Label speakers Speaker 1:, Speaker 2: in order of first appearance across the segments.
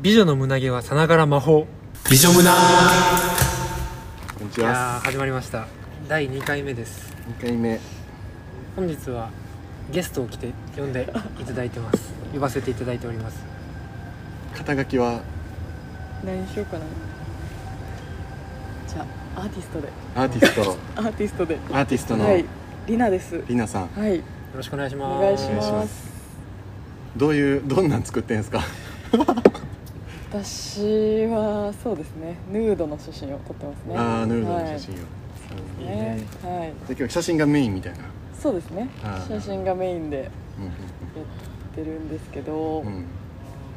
Speaker 1: 美女の胸毛はさながら魔法
Speaker 2: ビジョムナこんに
Speaker 1: い
Speaker 2: ち
Speaker 1: やー
Speaker 2: は
Speaker 1: 始まりました第2回目です
Speaker 2: 2回目
Speaker 1: 本日はゲストを来て呼んでいただいてます呼ばせていただいております
Speaker 2: 肩書きは
Speaker 3: 何しようかなじゃあアーティストで
Speaker 2: アーティスト
Speaker 3: アーティストで
Speaker 2: アーティストの
Speaker 3: はいリナです
Speaker 2: りなさん
Speaker 3: はい
Speaker 1: よろしくお願いし
Speaker 3: お
Speaker 1: ます
Speaker 3: 願いし
Speaker 2: お願いしま
Speaker 3: ます
Speaker 2: どういうどんなん作ってんすか
Speaker 3: 私はそうですねヌードの写真を撮ってますね
Speaker 2: あーヌードの写真を、
Speaker 3: はい
Speaker 2: うん
Speaker 1: いいね
Speaker 3: はい
Speaker 2: で今日写真がメインみたいな
Speaker 3: そうですね
Speaker 2: あー
Speaker 3: 写真がメインでや
Speaker 2: う
Speaker 3: ってるんですけど、
Speaker 2: んうんうん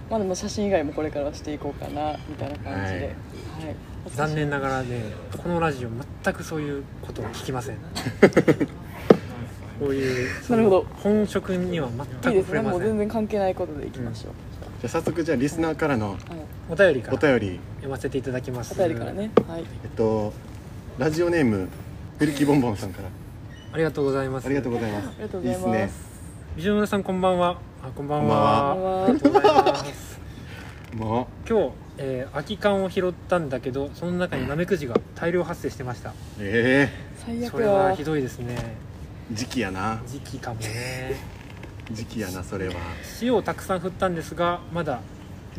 Speaker 3: まあでも写真以外もこれからしていこうかなみたいな感じで、はい
Speaker 1: 残念ながらねこのラジオ全くそういうことを聞きませんこういうその
Speaker 3: なるほど
Speaker 1: 本職には
Speaker 3: いい
Speaker 1: 全く
Speaker 3: です
Speaker 1: 触れ
Speaker 3: ね
Speaker 1: ま
Speaker 3: も
Speaker 1: せ
Speaker 3: うん全然関係ないことでいきましょう、
Speaker 2: じゃあ早速じゃあリスナーからの
Speaker 3: はい、
Speaker 1: お便りか
Speaker 2: お
Speaker 1: ら
Speaker 2: 便り
Speaker 1: 読ませていただきます
Speaker 3: お便りからねはい
Speaker 2: えっとラジオネームフルキボンボンさんから
Speaker 1: ありがとうございます
Speaker 2: ありがとうございます
Speaker 3: ありがとうございます
Speaker 2: いっすね
Speaker 1: ビジョムラさんこんばんはあこんばん
Speaker 3: こ
Speaker 1: は
Speaker 3: んばん
Speaker 1: あ
Speaker 3: は
Speaker 1: りがとうございます
Speaker 2: も
Speaker 1: 今日、えー空き缶を拾ったんだけどその中にナメクジが大量発生してました
Speaker 2: うえ
Speaker 3: 最悪
Speaker 1: それはひどいですね
Speaker 2: え時期やな
Speaker 1: 時期かも ね
Speaker 2: 時期やなそれは
Speaker 1: 塩をたくさん振ったんですがまだ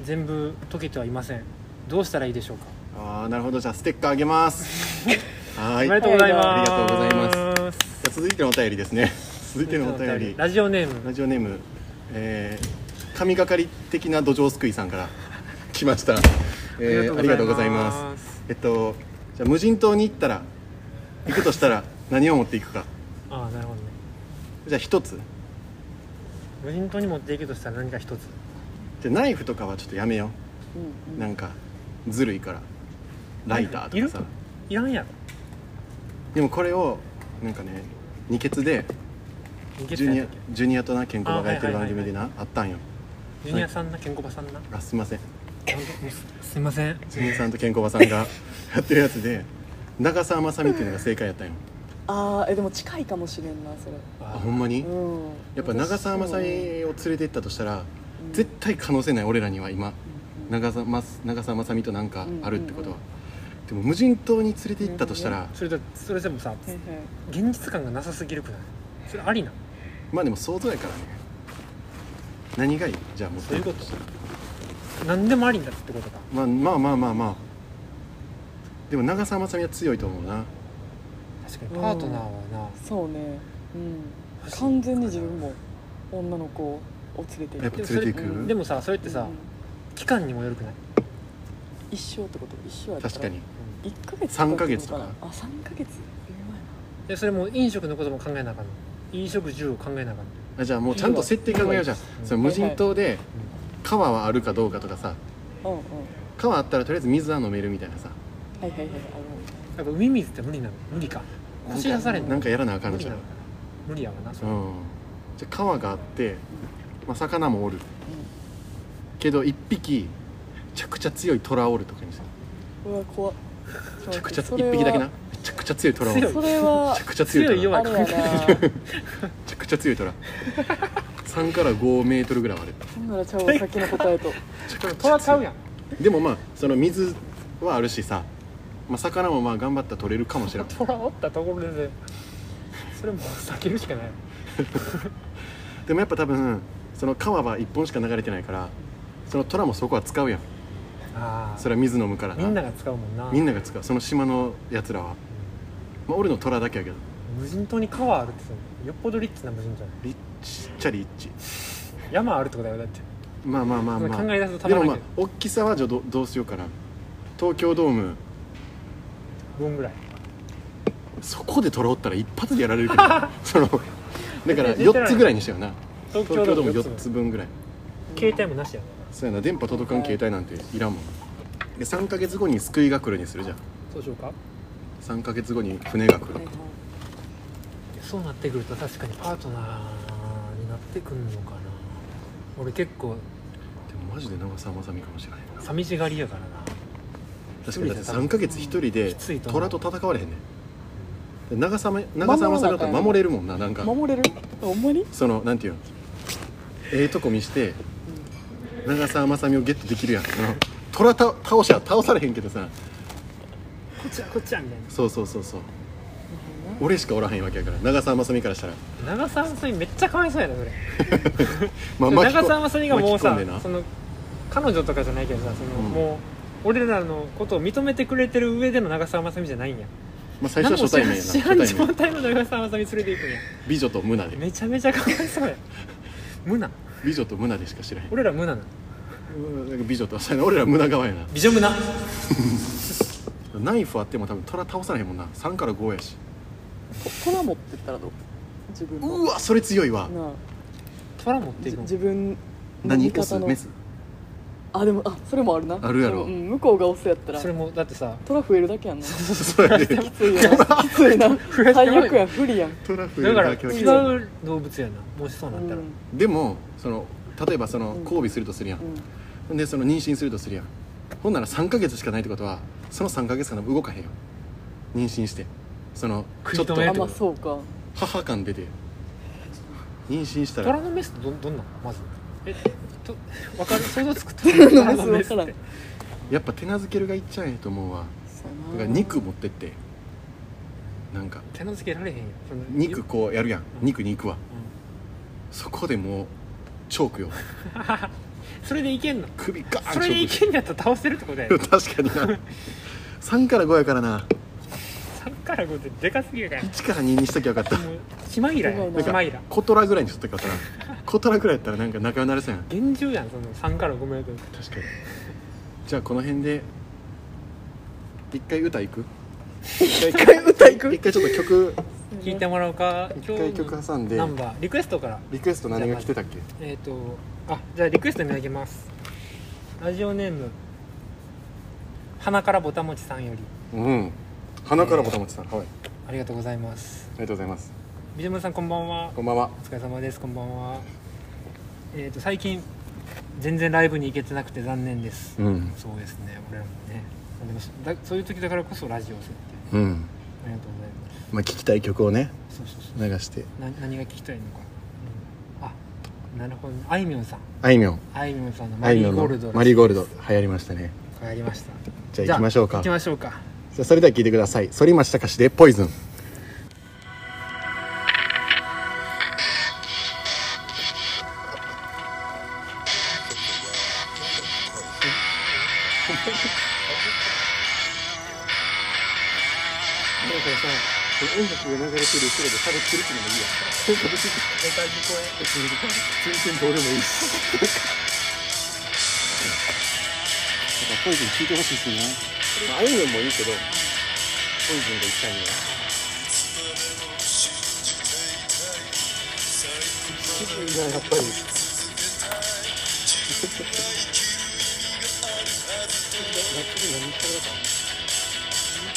Speaker 1: 全部溶けてはいませんどうしたらいいでしょうか、
Speaker 2: ああなるほどじゃあステッカーあげますはーい
Speaker 1: おめでとうございます
Speaker 2: ありがとうござい
Speaker 1: ます
Speaker 2: じゃあ続いてのお便りですね続いてのお便り
Speaker 1: ラジオネー
Speaker 2: ラ
Speaker 1: ム
Speaker 2: ジオネーム、えー、神がかり的な土壌すくいさんから来ました、えー、ありがとうございます
Speaker 1: す
Speaker 2: えっとじゃあ無人島に行ったら行くとしたら何を持っていくか
Speaker 1: ああなるほどね
Speaker 2: じゃあ一つ
Speaker 1: 無人島に持っていくとしたら何か一つ
Speaker 2: じゃあナイフとかはちょっとやめよ
Speaker 3: うんうん
Speaker 2: うなんかずるいからライターとかさ
Speaker 1: ナイフいらんやろ
Speaker 2: でもこれをなんかね二欠で
Speaker 1: ジ
Speaker 2: ジュニア
Speaker 1: ジ
Speaker 2: ジュニアとな健康がやってる番組でなあ,、ったんよ
Speaker 1: ュニアさんなケンコバ さんな
Speaker 2: あすいません
Speaker 1: すいません
Speaker 2: ジュニアさんと健康ばさんがやってるやつで長澤まさみっていうのが正解やったんよ
Speaker 3: あーえでも近いかもしれんなそれ
Speaker 2: あほんまに
Speaker 3: うん
Speaker 2: やっぱ長澤まさみを連れて行ったとしたら
Speaker 3: うん
Speaker 2: 絶対可能性ない俺らには今
Speaker 3: うん
Speaker 2: 長澤ま長澤まさみとなんかあるってことはでも無人島に連れて行ったとしたら
Speaker 1: それだそれでもさ
Speaker 3: はいはい
Speaker 1: 現実感がなさすぎるくないそれありな
Speaker 2: まあでも想像やからね何がいいじゃあ持って
Speaker 1: そういう
Speaker 2: く
Speaker 1: こと何でもありだってことか
Speaker 2: まあまあまあまあまあでも長澤まさみは強いと思うな
Speaker 1: 確かにパートナーはな
Speaker 3: そうねうん
Speaker 1: 欲しい
Speaker 3: 完全に自分も女の子を連れて
Speaker 2: や
Speaker 3: 行
Speaker 2: っぱ
Speaker 3: く
Speaker 2: 連れていく
Speaker 3: でもそれ
Speaker 1: でもさそれって
Speaker 3: う
Speaker 1: さ
Speaker 3: ん
Speaker 1: 期間にもよるくない
Speaker 3: 一生ってこと一生やったら
Speaker 2: 確かに
Speaker 3: 一ヶ月
Speaker 2: 三ヶ月とか
Speaker 3: ってことあ三ヶ月
Speaker 1: でそれも飲食のことも考えなあかんの飲食住を考えなあかんの
Speaker 2: あじゃあもうちゃんと設定考えようじゃん
Speaker 1: うん
Speaker 2: その無人島で川はあるかどうかとかさ
Speaker 3: うんうん
Speaker 2: 川あったらとりあえず水は飲めるみたいなさ
Speaker 3: はいはいはい
Speaker 1: やっぱ海水って無理なの無理か
Speaker 2: なん
Speaker 1: 走
Speaker 2: から
Speaker 1: されんの
Speaker 2: なんかやらなあかん
Speaker 1: 無
Speaker 2: の
Speaker 1: 理
Speaker 2: じゃ
Speaker 1: なんのかな無
Speaker 2: うん
Speaker 1: 理やわなそれ
Speaker 2: じゃあ川があって、まあ、魚もおるけど一匹めちゃくちゃ強い虎おるとかにさ
Speaker 3: あのうわ怖っ
Speaker 2: め ちゃくちゃ一匹だけなめちゃくちゃ強い虎おる
Speaker 1: 強
Speaker 2: め
Speaker 1: い
Speaker 3: それは
Speaker 2: ちゃくちゃ強い
Speaker 1: 強
Speaker 2: 虎
Speaker 1: い弱
Speaker 3: あ
Speaker 1: い関
Speaker 3: れや
Speaker 1: 係ない
Speaker 3: な
Speaker 2: めちゃくちゃ強い虎 3から5メートルぐらいはある
Speaker 3: ほんならちゃうわさっきの答え と
Speaker 1: 虎ちゃうやん
Speaker 2: でもまあその水はあるしさ、まあ、魚もまあ頑張ったら取れるかもしれん
Speaker 1: 虎おったところでそれもう避けるしかない
Speaker 2: でもやっぱ多分その川は1本しか流れてないからその虎もそこは使うやん
Speaker 1: ああ
Speaker 2: それは水飲むから
Speaker 1: みんなが使うもんな
Speaker 2: みんなが使うその島のやつらは、まあ、俺の虎だけやけど
Speaker 1: 無人島に川あるってさよっぽどリッチな無人島
Speaker 2: リッチちっちゃりリッチ
Speaker 1: 山あるってことだよだって
Speaker 2: まあまあまあまあ
Speaker 1: 考え出すとた
Speaker 2: で
Speaker 1: まら
Speaker 2: も
Speaker 1: んけ
Speaker 2: ま
Speaker 1: ど
Speaker 2: あ大きさはじゃあどどうしようかな東京ドーム
Speaker 1: 分ぐらい
Speaker 2: そこで虎おったら一発でやられ るけどそのだから4つぐらいにしたよな
Speaker 1: 東
Speaker 2: 東京ドーム
Speaker 1: 四
Speaker 2: 4つ分ぐらい
Speaker 1: 携帯もなしやな
Speaker 2: そうやな電波届かん携帯なんていらんもんで3ヶ月後に救いが来るにするじゃん
Speaker 1: そうしようか
Speaker 2: 3ヶ月後に船が来
Speaker 3: はい
Speaker 2: る
Speaker 3: はい
Speaker 1: そうなってくると確かにパートナーになってくるのかな俺結構
Speaker 2: でもマジで長澤まさみかもしれないな
Speaker 1: 寂しがりやからな
Speaker 2: 確かにだって3ヶ月1人で
Speaker 1: きついと思
Speaker 2: 虎
Speaker 1: う
Speaker 2: と戦われへんねんで長澤ま長澤まさみだったら守れるもんななんか
Speaker 3: 守れるほんまに
Speaker 2: そのなんていうのええとこ見して長澤まさみをゲットできるやんあの虎た倒しは倒されへんけどさ
Speaker 1: っちはこっちはみたい
Speaker 2: そうそうそうそう
Speaker 3: ほどな
Speaker 2: 俺しかおらへんわけやから長澤まさみからしたら
Speaker 1: な長澤まさみめっちゃかわいそうやなそれ
Speaker 2: ま
Speaker 1: 長
Speaker 2: 巻き込
Speaker 1: 澤まさみがもうさ
Speaker 2: 巻き込んでな
Speaker 1: その彼女とかじゃないけどさその、
Speaker 2: うん
Speaker 1: もう俺らのことを認めてくれてる上での長澤まさみじゃないんや
Speaker 2: まあ、最初は初対面やな
Speaker 1: 何も知
Speaker 2: 初対
Speaker 1: らん
Speaker 2: 面
Speaker 1: 状態の長澤まさみ連れていくんや
Speaker 2: 美女とムナで
Speaker 1: めちゃめちゃかわいそうや無な
Speaker 2: 美女とムナでしか知らへん
Speaker 1: 俺ら無なの
Speaker 2: うんなんか美女とそうやな俺らムナ側やな
Speaker 1: 美女無な
Speaker 2: ナイフあっても多分虎倒されへんもんな3から5やし
Speaker 3: こ虎持ってったらどう自分の
Speaker 2: うわそれ強いわ
Speaker 3: なあ
Speaker 1: 虎持っていく
Speaker 3: じ
Speaker 1: の
Speaker 3: 自分の
Speaker 2: 何
Speaker 3: 味
Speaker 2: オス
Speaker 3: 方の
Speaker 2: メス
Speaker 3: あでもあそれもあるな
Speaker 2: あるやろ
Speaker 3: でもうん、向こうがオスやったら
Speaker 1: それもだってさ
Speaker 3: 虎増えるだけやん なき
Speaker 2: そうやね
Speaker 3: ついよなき ついな
Speaker 1: やしてもらえ
Speaker 3: 最悪や不利やん
Speaker 2: 虎増え
Speaker 1: だ
Speaker 2: る
Speaker 1: から
Speaker 2: だけは
Speaker 1: 違
Speaker 2: きついう
Speaker 1: 動物やなもしそうなったら、
Speaker 3: うん
Speaker 2: でもその例えばその
Speaker 3: うん
Speaker 2: 交尾するとするやん
Speaker 3: う、ん
Speaker 2: でその妊娠するとするやんほんなら3ヶ月しかないってことはその3ヶ月間動かへんよ妊娠してそのち
Speaker 1: 食
Speaker 2: ょっ
Speaker 1: い
Speaker 2: と
Speaker 1: 止め
Speaker 3: あまあそうか
Speaker 2: 母感出て妊娠した
Speaker 1: 虎
Speaker 2: ら
Speaker 1: のメスってどどんなんまずえとわ かる想像つくと
Speaker 3: のメス
Speaker 1: 虎
Speaker 3: わからん
Speaker 2: やっぱ手なずけるがいっちゃえと思うわ
Speaker 3: そう
Speaker 2: だ
Speaker 3: や
Speaker 2: から
Speaker 3: な
Speaker 2: 肉持ってってなんか
Speaker 1: 手の付けられへんよその
Speaker 2: 肉こうやるやん
Speaker 1: うん
Speaker 2: 肉肉は
Speaker 1: う
Speaker 2: そこでもうチョークよ
Speaker 1: んそれでいけんの
Speaker 2: 首ガーン
Speaker 1: それでい
Speaker 2: チョー
Speaker 1: けんのやったら倒せるってことや
Speaker 2: ク 確かにな3から5やからな
Speaker 1: 3から5ってでかすぎるから
Speaker 2: 1から2にしときゃよかった
Speaker 1: もうヒマイラ
Speaker 3: すごい
Speaker 1: や
Speaker 3: な
Speaker 1: ヒマイラ
Speaker 2: コトラぐらいにしとったからなコトラぐらいやったらなんか仲良くなれそうやん
Speaker 1: 厳重やんその3から5メートル
Speaker 2: 確かにじゃあこの辺で一回歌いく一回歌いく一回ちょっと曲
Speaker 1: 聞いてもらおうか
Speaker 2: 一
Speaker 1: 今
Speaker 2: 回
Speaker 1: 日
Speaker 2: 曲
Speaker 1: の
Speaker 2: 挟んで
Speaker 1: ナンバーリクエストから
Speaker 2: リクエスト何が来てたっけ
Speaker 1: えっ、とあじゃあリクエストいただきますラジオネーム鼻からぼたもちさんより
Speaker 2: うん鼻からボタン持ってたはい
Speaker 1: ありがとうございます
Speaker 2: ありがとうございます
Speaker 1: ビジョムさんこんばんは
Speaker 2: こんばんは
Speaker 1: お疲れ様ですこんばんはえっ、と最近全然ライブに行けてなくて残念です、
Speaker 2: うん
Speaker 1: そうですね俺らもねでもだそういう時だからこそラジオをするっていう
Speaker 2: うん
Speaker 1: ありがとうございま
Speaker 2: まあ聞きたい曲をね
Speaker 1: すそうそうそう
Speaker 2: 流して
Speaker 1: な何が聞きたいのか、うんあなるほどねあいみょんさん
Speaker 2: あいみょん
Speaker 1: あいみょんさんの
Speaker 2: あ
Speaker 1: マ
Speaker 2: い
Speaker 1: リ
Speaker 2: みょ
Speaker 1: ー
Speaker 2: ん
Speaker 1: ゴ
Speaker 2: の
Speaker 1: ールド
Speaker 2: マリーゴールド流行りましたね
Speaker 1: やりました
Speaker 2: じゃあ行きましょうか
Speaker 1: 行き
Speaker 2: じゃ
Speaker 1: ましょうか
Speaker 2: あそれでは聞いてください反町隆史でポイズン音楽が流れてる後ろで喋ってるっていうのもいいや全然どうでもいいしなんかポイズン聴いてほしいですねまああいみょんもいいけどポイズンが一回には渋いなやっぱり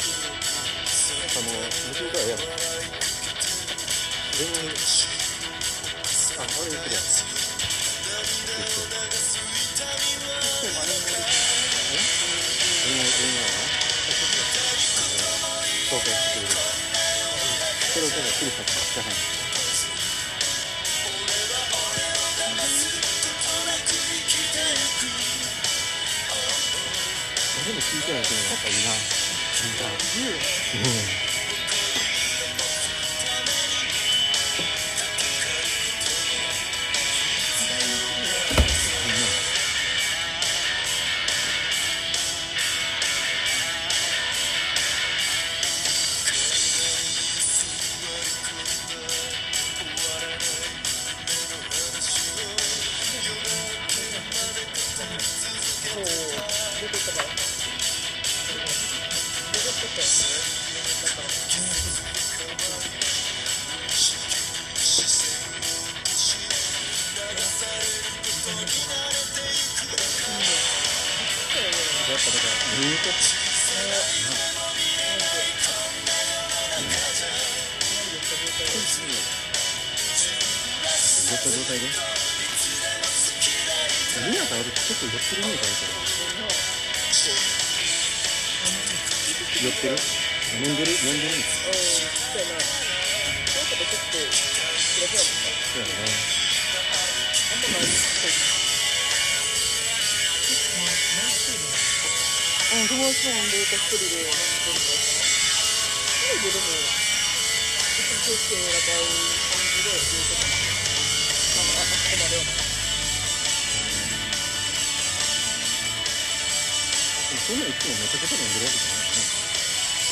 Speaker 2: あの、向こうからやる。全員、あ、あれ言ってるやん。でも聞いてないけどやっぱいいな。ずっと状態で。ミナさん俺ちょっと寄ってるイメージあるけど。寄ってる飲んでる飲んでるんですそうやな。そうやな。
Speaker 3: 友達と飲んでると一人で飲んでるから一人ででも一緒に景色を描かれる感じでずっと楽しいあのあそこま
Speaker 2: そん
Speaker 3: では
Speaker 2: ないつもめちゃくちゃ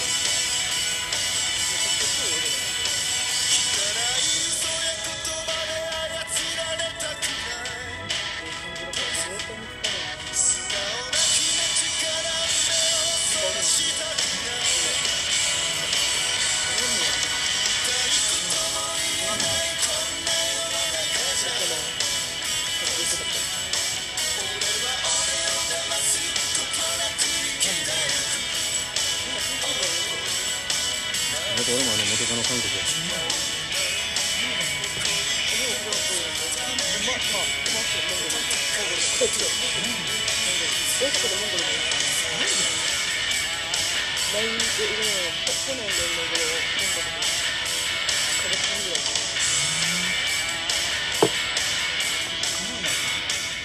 Speaker 2: でるあと俺もあの元カノ韓国や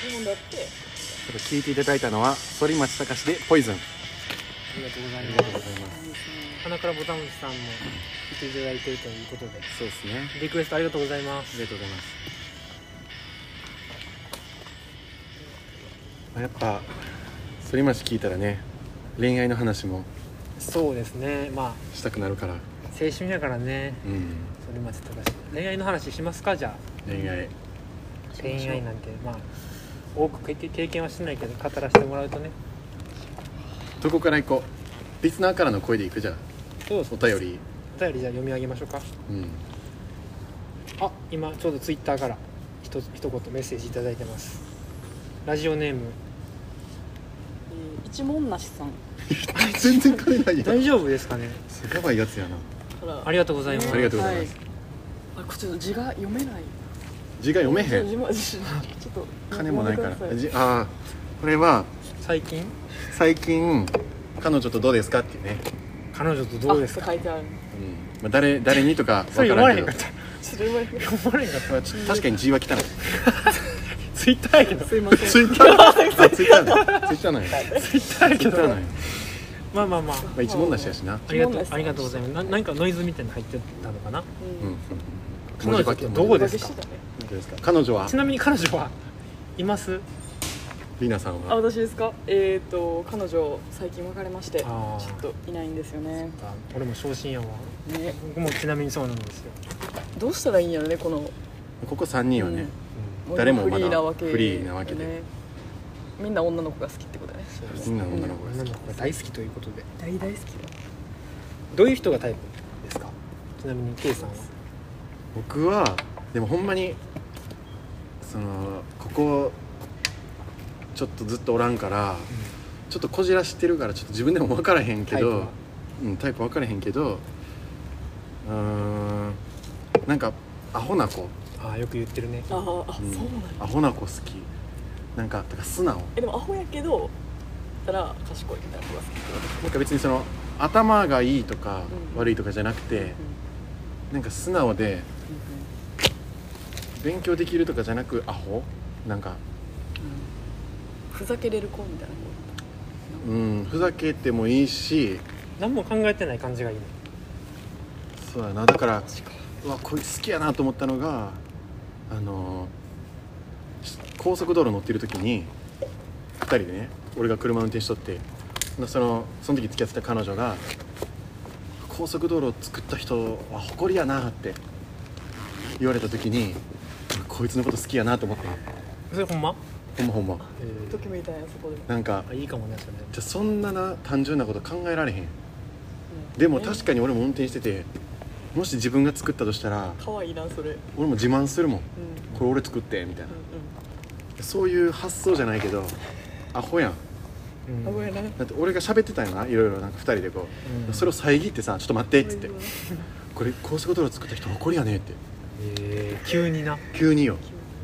Speaker 2: ちょっと聞いていただいたのは反町隆史でポイズン
Speaker 1: りがとうござ
Speaker 2: あ
Speaker 1: い
Speaker 2: りがとう
Speaker 1: ま
Speaker 2: ござ
Speaker 1: す
Speaker 2: います
Speaker 1: 花からぼたもちさんも来ていただいてるということで
Speaker 2: そうですね
Speaker 1: リクエストありがとうございます
Speaker 2: ありがとうございますまあやっぱ反町聞いたらね恋愛の話も
Speaker 1: そうですねまあ
Speaker 2: したくなるから
Speaker 1: 青春やからね
Speaker 2: うん
Speaker 1: 反町隆史恋愛の話しますかじゃあ
Speaker 2: 恋愛
Speaker 1: 恋愛なんてまあ多く経経験はしてないけど語らせてもらうとね
Speaker 2: どこから行こうリスナーからの声で行くじゃん
Speaker 1: そう
Speaker 2: お便り
Speaker 1: お便りじゃあ読み上げましょうか
Speaker 2: うん
Speaker 1: あ今ちょうどツイッターからひと一言メッセージいただいてますラジオネーム
Speaker 3: 一文なしさん
Speaker 2: 全然変えないや
Speaker 1: 大丈夫ですかね
Speaker 2: んやばいやつやな
Speaker 3: から
Speaker 1: ありがとうございます
Speaker 2: ありがとうございます
Speaker 3: はあこれちょっと字が読めない
Speaker 2: 字が読め
Speaker 3: ち
Speaker 2: へ
Speaker 3: ょっと字
Speaker 2: ん
Speaker 3: も字ちょっと
Speaker 2: 金もないから
Speaker 3: 字
Speaker 2: じああこれは
Speaker 1: 最近
Speaker 2: 最近彼女とどうですかっていうね、
Speaker 1: 彼女と
Speaker 3: ど
Speaker 1: ど
Speaker 3: う
Speaker 1: う
Speaker 3: で
Speaker 1: ですす
Speaker 3: か
Speaker 1: か
Speaker 3: 書いてある
Speaker 2: うんまあ、誰誰にとか
Speaker 1: そ
Speaker 2: 分
Speaker 1: れ読
Speaker 2: か
Speaker 1: ま
Speaker 2: らん
Speaker 1: れへ
Speaker 2: け
Speaker 1: ん
Speaker 2: ど
Speaker 1: かった
Speaker 3: それは
Speaker 1: 読まれへんかっ
Speaker 2: まあちょ確かに字は汚い
Speaker 1: たツイッターやけど
Speaker 3: すいません
Speaker 2: ツイッター あツイッターなツイッターなんや
Speaker 1: ツイッターや
Speaker 2: ツ
Speaker 1: け
Speaker 2: イッター
Speaker 1: ど
Speaker 2: なんや
Speaker 1: まあまあまあ
Speaker 2: まあ一問なしやしな
Speaker 1: ありがと
Speaker 3: そうなんで
Speaker 1: う
Speaker 3: す
Speaker 1: ありがとうございますななんかノイズみたいなの入ってたのかな
Speaker 2: うんうん
Speaker 1: 彼女ってど
Speaker 3: ど
Speaker 1: こですか
Speaker 2: ですか彼女は
Speaker 1: ちなみに彼女はいます
Speaker 2: リナさん
Speaker 3: あ
Speaker 2: は
Speaker 3: 私ですかえっ、と彼女最近別れましてち
Speaker 1: あ
Speaker 3: ょっといないんですよね
Speaker 1: あ俺も昇進やわ
Speaker 3: ね
Speaker 1: 僕もちなみにそうなんですよ、
Speaker 3: どうしたらいいんやろねこの
Speaker 2: ここ三人はね、
Speaker 1: う
Speaker 2: 誰もまだ
Speaker 3: フリーなわけ
Speaker 2: フリーなわけで
Speaker 3: ねみんな女の子が好きってことだね
Speaker 1: ん、
Speaker 2: みんな女の子
Speaker 1: 女の子が大好きということで
Speaker 3: 大大好き
Speaker 1: どういう人がタイプですかちなみに K さんは
Speaker 2: 僕はでもほんまにそのここちょっとずっとおらんからちょっとこじらしてるからちょっと自分でも分からへんけ
Speaker 1: タイプ
Speaker 2: ど
Speaker 1: は
Speaker 2: うんタイプ分からへんけどうーんなんかアホな子
Speaker 1: ああよく言ってるね
Speaker 3: だあーあ
Speaker 2: うん
Speaker 3: そうなんや
Speaker 2: アホな子好きなんかだから素直
Speaker 3: えでもアホやけどたら賢いみたいな子が好きってこと
Speaker 2: なんか別にその頭がいいとか
Speaker 3: うん
Speaker 2: 悪いとかじゃなくてなんか素直で勉強できるとかじゃなくアホなんか
Speaker 3: ふざけれる子みたいな
Speaker 2: うんふざけてもいいし
Speaker 1: 何も考えてない感じがいいね
Speaker 2: そうやなだから
Speaker 3: 子確か
Speaker 2: うわこいつ好きやなと思ったのがあのし高速道路乗ってる時に2人でね俺が車運転しとってなそのその時付き合ってた彼女が高速道路を作った人は誇りやなって言われた時にこいつのこと好きやなと思って
Speaker 1: それほんま、
Speaker 2: ほんまほんま
Speaker 1: え
Speaker 3: ときめいたんやそこで
Speaker 2: なんか
Speaker 1: ー、あいいかもねそれ
Speaker 2: じゃあそんなな単純なこと考えられへん
Speaker 3: うん
Speaker 2: でも確かに俺も運転しててもし自分が作ったとしたら
Speaker 3: 可愛いなそれうん
Speaker 2: 俺も自慢するもん
Speaker 3: うんうん
Speaker 2: これ俺作ってみたいな
Speaker 3: うん
Speaker 2: そういう発想じゃないけどアホやん
Speaker 1: うん
Speaker 3: あごめんな
Speaker 2: だって俺が喋ってたよないろいろなんか2人でこう、
Speaker 1: うん
Speaker 2: それを遮ってさ「ちょっと待って」っつって
Speaker 3: うん
Speaker 2: 「これ高速道路作った人怒りやね」って
Speaker 1: えー、急にな
Speaker 2: 急によ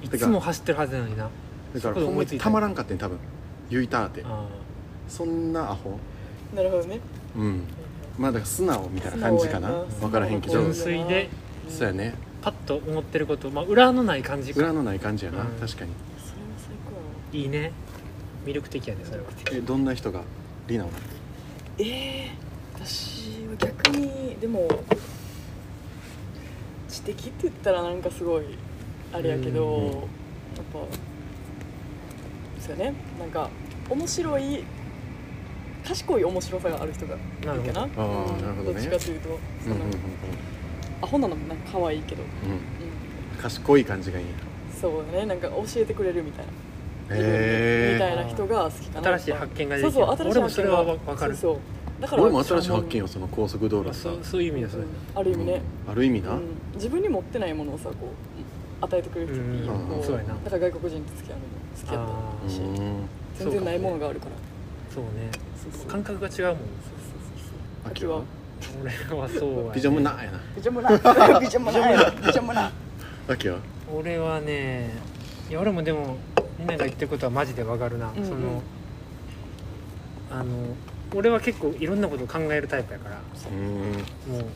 Speaker 1: いつも走ってるはずなのにな
Speaker 2: だか
Speaker 1: そ
Speaker 2: ら
Speaker 1: こで
Speaker 2: ほん
Speaker 1: 思
Speaker 2: ま
Speaker 1: いつい
Speaker 2: に
Speaker 1: た
Speaker 2: たまらんかってん多分言いたーって
Speaker 1: あ
Speaker 2: そんなアホ
Speaker 3: なるほどね
Speaker 2: うんまあだから素直みたいな感じかな
Speaker 3: 素直やな
Speaker 2: 分からへんけ
Speaker 1: ー
Speaker 2: ど
Speaker 1: 純粋で
Speaker 2: そうやね
Speaker 1: パッと思ってること、まあ、裏のない感じか
Speaker 2: 裏のない感じやな、
Speaker 1: うん
Speaker 2: 確かに
Speaker 3: それは最高やわ
Speaker 1: いいね魅力的やねそれは
Speaker 2: えどんな人がリナを
Speaker 3: えー、私は逆にでも知的って言ったらなんかすごいあれやけど、
Speaker 2: うん
Speaker 3: やっぱですよねなんか面白い賢い面白さがある人がいいか
Speaker 1: な
Speaker 3: な
Speaker 1: るほど
Speaker 2: あーなるほどね
Speaker 3: っちかというとその、アホなのもなんか可愛いけど、うん、
Speaker 2: うん賢い感じがいいな
Speaker 3: そうだねなんか教えてくれるみたいな、みた
Speaker 2: へ
Speaker 3: いな人が好きかな
Speaker 1: 新しい発見がで
Speaker 3: そ
Speaker 1: き
Speaker 3: う
Speaker 1: る
Speaker 3: そう新しい発見が
Speaker 1: 俺もそれはわ分かる
Speaker 3: そうそうだ
Speaker 2: え
Speaker 3: から
Speaker 2: 俺も新しい発見をその高速道
Speaker 1: あ
Speaker 2: 路さ
Speaker 1: そうそういう意味だそれ、
Speaker 3: ある意味ね、
Speaker 2: ある意味
Speaker 3: う、
Speaker 2: なん
Speaker 3: 自分に持ってないものをさこう与えてくれる人っていいよ、
Speaker 2: うん
Speaker 3: こ
Speaker 1: そうやな
Speaker 3: だから外国人って好きなの好きや
Speaker 1: あ
Speaker 3: ったし
Speaker 2: うん
Speaker 3: 全然ないものがあるから
Speaker 1: そうね
Speaker 3: そうそう
Speaker 1: 感覚が違うもん
Speaker 3: そうそうそう
Speaker 2: 秋は
Speaker 1: 俺はそうは、ね、
Speaker 2: ビジョンもなやな
Speaker 3: ビジョ ムラビジョムラビジョムラ
Speaker 2: 秋は
Speaker 1: 俺はねいや俺もでもみんなが言ってることはマジでわかるな、
Speaker 3: うんうん
Speaker 1: そのあの俺は結構いろんなことを考えるタイプやから
Speaker 2: うん
Speaker 1: もう
Speaker 3: こ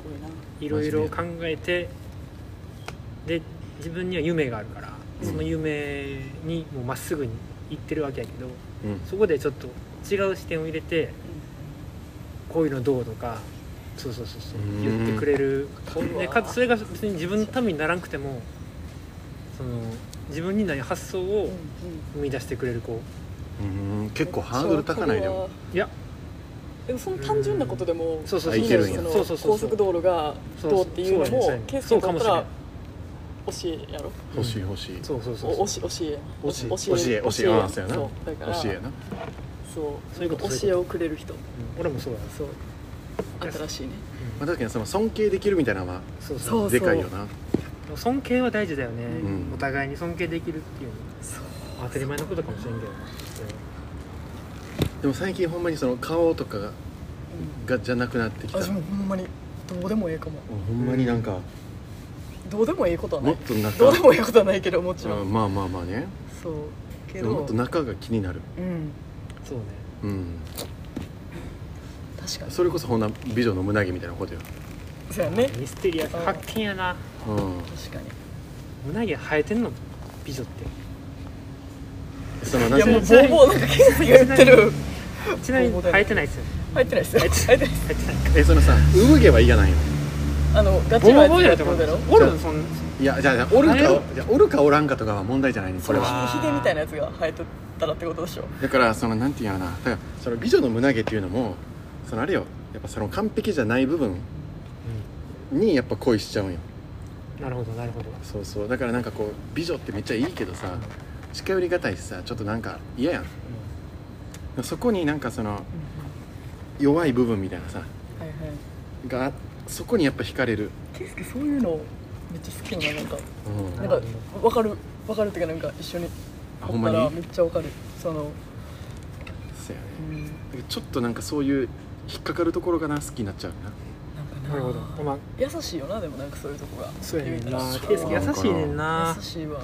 Speaker 1: いろいろ考えてで自分には夢があるから
Speaker 2: うん
Speaker 1: その夢にもうまっすぐに行ってるわけやけど
Speaker 2: うん
Speaker 1: そこでちょっと違う視点を入れてこういうのどうとかそうそうそうそう
Speaker 2: うん
Speaker 1: 言ってくれる
Speaker 3: うわ
Speaker 1: でかつそれが別に自分のためにならなくてもその自分にない発想
Speaker 3: れ
Speaker 1: を
Speaker 3: なうんうん
Speaker 1: 生み出してくれる子
Speaker 2: うん結構ハードル高ないでも
Speaker 1: いや
Speaker 3: でもその単純なことでも
Speaker 1: そうそう
Speaker 2: あいけるんや
Speaker 3: その
Speaker 1: そうそうそう
Speaker 3: 高速道路がどうっていうの
Speaker 1: そう
Speaker 3: も
Speaker 1: やね
Speaker 3: ケース
Speaker 1: そう
Speaker 3: に
Speaker 1: か
Speaker 3: と
Speaker 1: も
Speaker 3: っ
Speaker 1: したれない
Speaker 3: ら教えやろ
Speaker 2: 欲しい欲しい
Speaker 1: そうそうそうそ
Speaker 3: お
Speaker 1: う
Speaker 3: 教え
Speaker 1: 教え
Speaker 2: 教え教えあそうやな
Speaker 3: そうだから
Speaker 2: 欲しいやな
Speaker 3: そう
Speaker 1: そういうことそう
Speaker 3: 教え
Speaker 1: いう
Speaker 3: をくれる人
Speaker 1: うん俺もそうだな
Speaker 3: そう新しいね
Speaker 2: まあ確かにその尊敬できるみたいなのは
Speaker 1: そうそう
Speaker 3: そう
Speaker 2: でかいよな
Speaker 1: 尊敬は大事だよね、
Speaker 2: うん
Speaker 1: お互いに尊敬できるっていうの
Speaker 3: そう
Speaker 1: は当たり前のことかもしれんけどな
Speaker 2: でも最近ほんまにその顔とかががじゃなくなってきた
Speaker 3: あで
Speaker 2: も
Speaker 3: も
Speaker 2: う
Speaker 3: ほんまにどうでもええかも
Speaker 2: ほんまになんか
Speaker 3: どうでもええことはな
Speaker 2: もっ
Speaker 3: い
Speaker 2: と仲
Speaker 3: どうでもええことはないけどもちろん、
Speaker 2: うんまあまあまあね
Speaker 3: そうけ
Speaker 2: で
Speaker 3: ど
Speaker 2: ももっと仲が気になる
Speaker 3: うん
Speaker 1: そうね
Speaker 2: うん
Speaker 3: 確かにそ
Speaker 2: それこそほんな美女の胸毛みたいなことよ
Speaker 3: うやね
Speaker 1: ミステリアス
Speaker 3: うん
Speaker 1: 発見やな
Speaker 2: うん
Speaker 3: 確かに
Speaker 1: 胸毛生えてんの美女って
Speaker 2: その
Speaker 3: い
Speaker 2: な
Speaker 3: やもう
Speaker 2: ぜ
Speaker 3: ボーボーなんかケースが言ってる
Speaker 1: ちなみに
Speaker 3: そうだよ
Speaker 1: 生えてないですよね
Speaker 3: 入ってないっすよ
Speaker 1: 入
Speaker 3: 入
Speaker 1: っ
Speaker 3: っててない
Speaker 1: 生え
Speaker 3: っす
Speaker 1: てない
Speaker 2: えそのさ産毛は嫌なんよ
Speaker 3: あのガ
Speaker 1: ボ
Speaker 3: チ
Speaker 1: ロ
Speaker 3: は
Speaker 1: ボロ
Speaker 3: や
Speaker 1: や
Speaker 3: って
Speaker 1: と
Speaker 3: こ
Speaker 1: 思
Speaker 3: と
Speaker 1: う
Speaker 3: だろ
Speaker 1: 俺もそん
Speaker 2: いやじゃあじゃあおる
Speaker 1: あれ
Speaker 2: か
Speaker 1: よ
Speaker 2: じゃあおるかおらんかとかは問題じゃないねこ
Speaker 3: そ
Speaker 2: れ
Speaker 3: れ
Speaker 2: は
Speaker 3: はヒデみたいなやつが生えとったらってことでしょ
Speaker 2: だからそのなんていうんやろなだからその美女の胸毛っていうのもそのあれよやっぱその完璧じゃない部分にやっぱ恋しちゃうんよ
Speaker 1: なるほどなるほど
Speaker 2: そうそうだからなんかこう美女ってめっちゃいいけどさ近寄りがたいしさちょっとなんか嫌やんそこになんかその弱い部分みたいなさ
Speaker 3: はいはい
Speaker 2: がそこにやっぱ惹かれる、
Speaker 3: ケイスケそういうのめっちゃ好きなのなんか
Speaker 2: うん
Speaker 3: なんか分かる分かるっていうかなんか一緒に
Speaker 2: あ
Speaker 3: お
Speaker 2: ほん
Speaker 3: っ
Speaker 2: ま
Speaker 3: た
Speaker 2: に
Speaker 3: らめっちゃ分かるそ
Speaker 2: そ
Speaker 3: の
Speaker 2: うやね
Speaker 3: うん
Speaker 2: ちょっとなんかそういう引っかかるところがな好きになっちゃうな
Speaker 3: なんか
Speaker 1: なるほ
Speaker 3: な
Speaker 1: どまあ
Speaker 3: 優しいよなでもなんかそういうとこが
Speaker 1: そうやねん
Speaker 3: 言うた
Speaker 1: な
Speaker 3: ら
Speaker 1: 圭介優しいねんな
Speaker 3: 優しいわう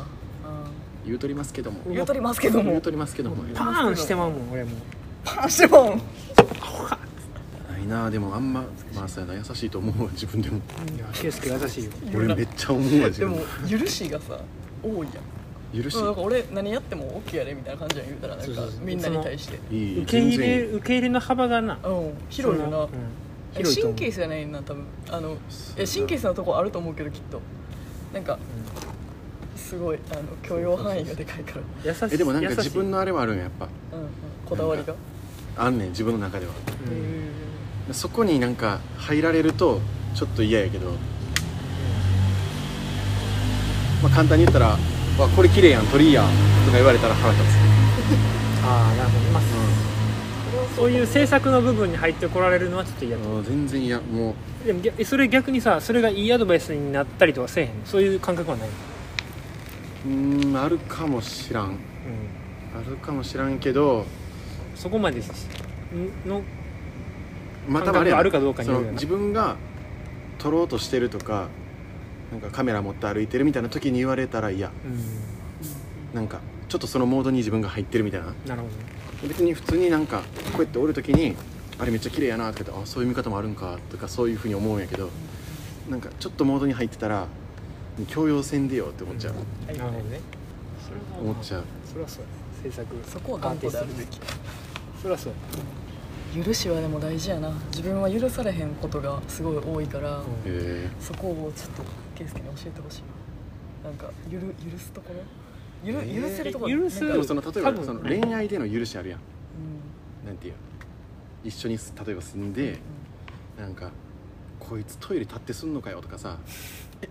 Speaker 2: 言うとりますけども
Speaker 3: ん言うとりますけど
Speaker 2: 言う
Speaker 3: も
Speaker 2: とりますけども
Speaker 1: パーンしてまうもん俺も
Speaker 3: パンしてもん
Speaker 2: ないなあでもあんままあそうやな優しいと思うわ自分でも
Speaker 1: いや圭介優しいよ
Speaker 2: 俺めっちゃ思うわ自
Speaker 3: で
Speaker 2: 分
Speaker 3: も
Speaker 2: も
Speaker 3: 許しがさ多いやん
Speaker 2: 許し
Speaker 3: うんなんか俺何やっても OK やれみたいな感じやん言うたらなん
Speaker 1: そ
Speaker 3: か
Speaker 1: うそうそう
Speaker 3: みんなに対して
Speaker 2: いい
Speaker 1: 受け入
Speaker 2: 全
Speaker 1: れ
Speaker 2: 然いい
Speaker 1: 受け入れの幅がな
Speaker 3: うん広いよ
Speaker 1: そ
Speaker 3: な
Speaker 1: のうん
Speaker 3: え
Speaker 1: 広いと
Speaker 3: 神
Speaker 1: 思う
Speaker 3: 経質じゃないな多分あの
Speaker 2: そう
Speaker 3: いや神経質なとこあると思うけどきっとなんかすごいあの許容範囲がでかいか
Speaker 1: う
Speaker 3: ら
Speaker 1: ん優しい
Speaker 2: えでもなんか自分
Speaker 1: の
Speaker 2: のあれはあるんややっぱ
Speaker 3: うんうんこだわりが
Speaker 2: あんねん自分の中では
Speaker 3: うん
Speaker 2: そこになんか入られるとちょっと嫌やけど、まあ、簡単に言ったら「わこれ綺麗やん鳥いいやん」とか言われたら腹立つ、
Speaker 1: ああなるほどまあそういう制作の部分に入ってこられるのはちょっと嫌だ
Speaker 2: うん、あー全然嫌もう
Speaker 1: でも逆それ逆にさそれがいいアドバイスになったりとかせえへんそういう感覚はない、
Speaker 2: うーんあるかもしらん
Speaker 1: う
Speaker 2: あるかもしらんけど
Speaker 1: ん、そこまでしんの
Speaker 2: ま
Speaker 1: 感覚
Speaker 2: たあれやな
Speaker 1: あるかどうかに
Speaker 2: そ
Speaker 1: よ
Speaker 2: の
Speaker 1: るよな
Speaker 2: 自分が撮ろうとしてるとかなんかカメラ持って歩いてるみたいな時に言われたら嫌
Speaker 1: うん
Speaker 2: なんかちょっとそのモードに自分が入ってるみたいな
Speaker 1: なるほど
Speaker 2: 別に普通になんかこうやっておる時にあれめっちゃ綺麗やなって言ってあそういう見方もあるんかとかそういうふうに思うんやけどなんかちょっとモードに入ってたら強要せんでよって思っちゃう、
Speaker 1: なるほどね
Speaker 2: 思っちゃう
Speaker 1: それはそうや政策
Speaker 3: そこは頑固であるべき
Speaker 1: そりゃそう
Speaker 3: 許しはでも大事やな自分は許されへんことがすごい多いから、
Speaker 1: うん
Speaker 2: え
Speaker 3: そこをちょっと圭介に教えてほしいななんかゆる許すところゆる、
Speaker 2: えー
Speaker 3: 許せるところ
Speaker 1: 許す
Speaker 2: ー、
Speaker 3: なんか
Speaker 2: でもその例え
Speaker 1: 多
Speaker 2: ば
Speaker 1: 分
Speaker 2: その恋愛での許しあるやん
Speaker 3: う
Speaker 2: なんていう一緒にす例えば住んでなんかこいつトイレ立ってすんのかよとかさ
Speaker 3: ん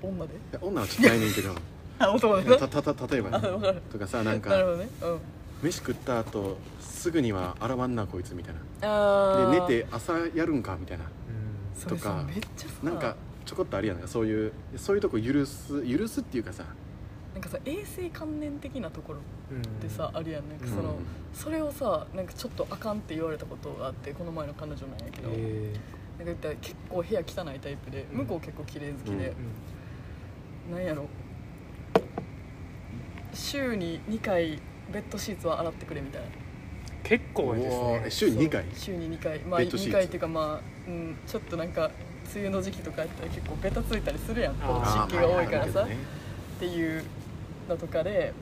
Speaker 3: うん、女で
Speaker 2: いや女はちょっとないねんけど
Speaker 3: あ男でな
Speaker 2: たたた例えば
Speaker 3: あわか
Speaker 2: ね
Speaker 3: る
Speaker 2: とかさなん
Speaker 3: なるほ
Speaker 2: か
Speaker 3: どねうん
Speaker 2: 飯食った後すぐには洗わんなこいつみたい
Speaker 3: あ
Speaker 2: な
Speaker 3: ー
Speaker 2: で寝て朝やるんかみたいな
Speaker 3: それさ
Speaker 2: とか
Speaker 3: めっちゃさ
Speaker 2: なんかちょこっとあるやんかそういうそういうとこ許す許すっていうかさ
Speaker 3: なんかさ衛生観念的なところっ
Speaker 1: うん
Speaker 3: てさ、あるやんなんかその、
Speaker 2: うん
Speaker 3: それをさなんかちょっとあかんって言われたことがあってこの前の彼女なんやけど、
Speaker 1: え
Speaker 3: なんか言ったら結構部屋汚いタイプで
Speaker 1: うん
Speaker 3: 向こう結構綺麗好き
Speaker 1: ー
Speaker 3: で、なんやろ週に2回ベッドシーツは洗ってくれみたいな
Speaker 1: 結構で
Speaker 2: うわーえ
Speaker 1: すね
Speaker 2: 週に2回
Speaker 3: そう週に2回まあ
Speaker 2: ベッドシーツ
Speaker 3: 2回っていうかまあ、うん、ちょっとなんか梅雨の時期とかやったら結構ベタついたりするやんこう
Speaker 1: あー
Speaker 3: 湿気が多い
Speaker 2: あー
Speaker 3: からさ、
Speaker 2: まああるけどね
Speaker 3: っていうのとかで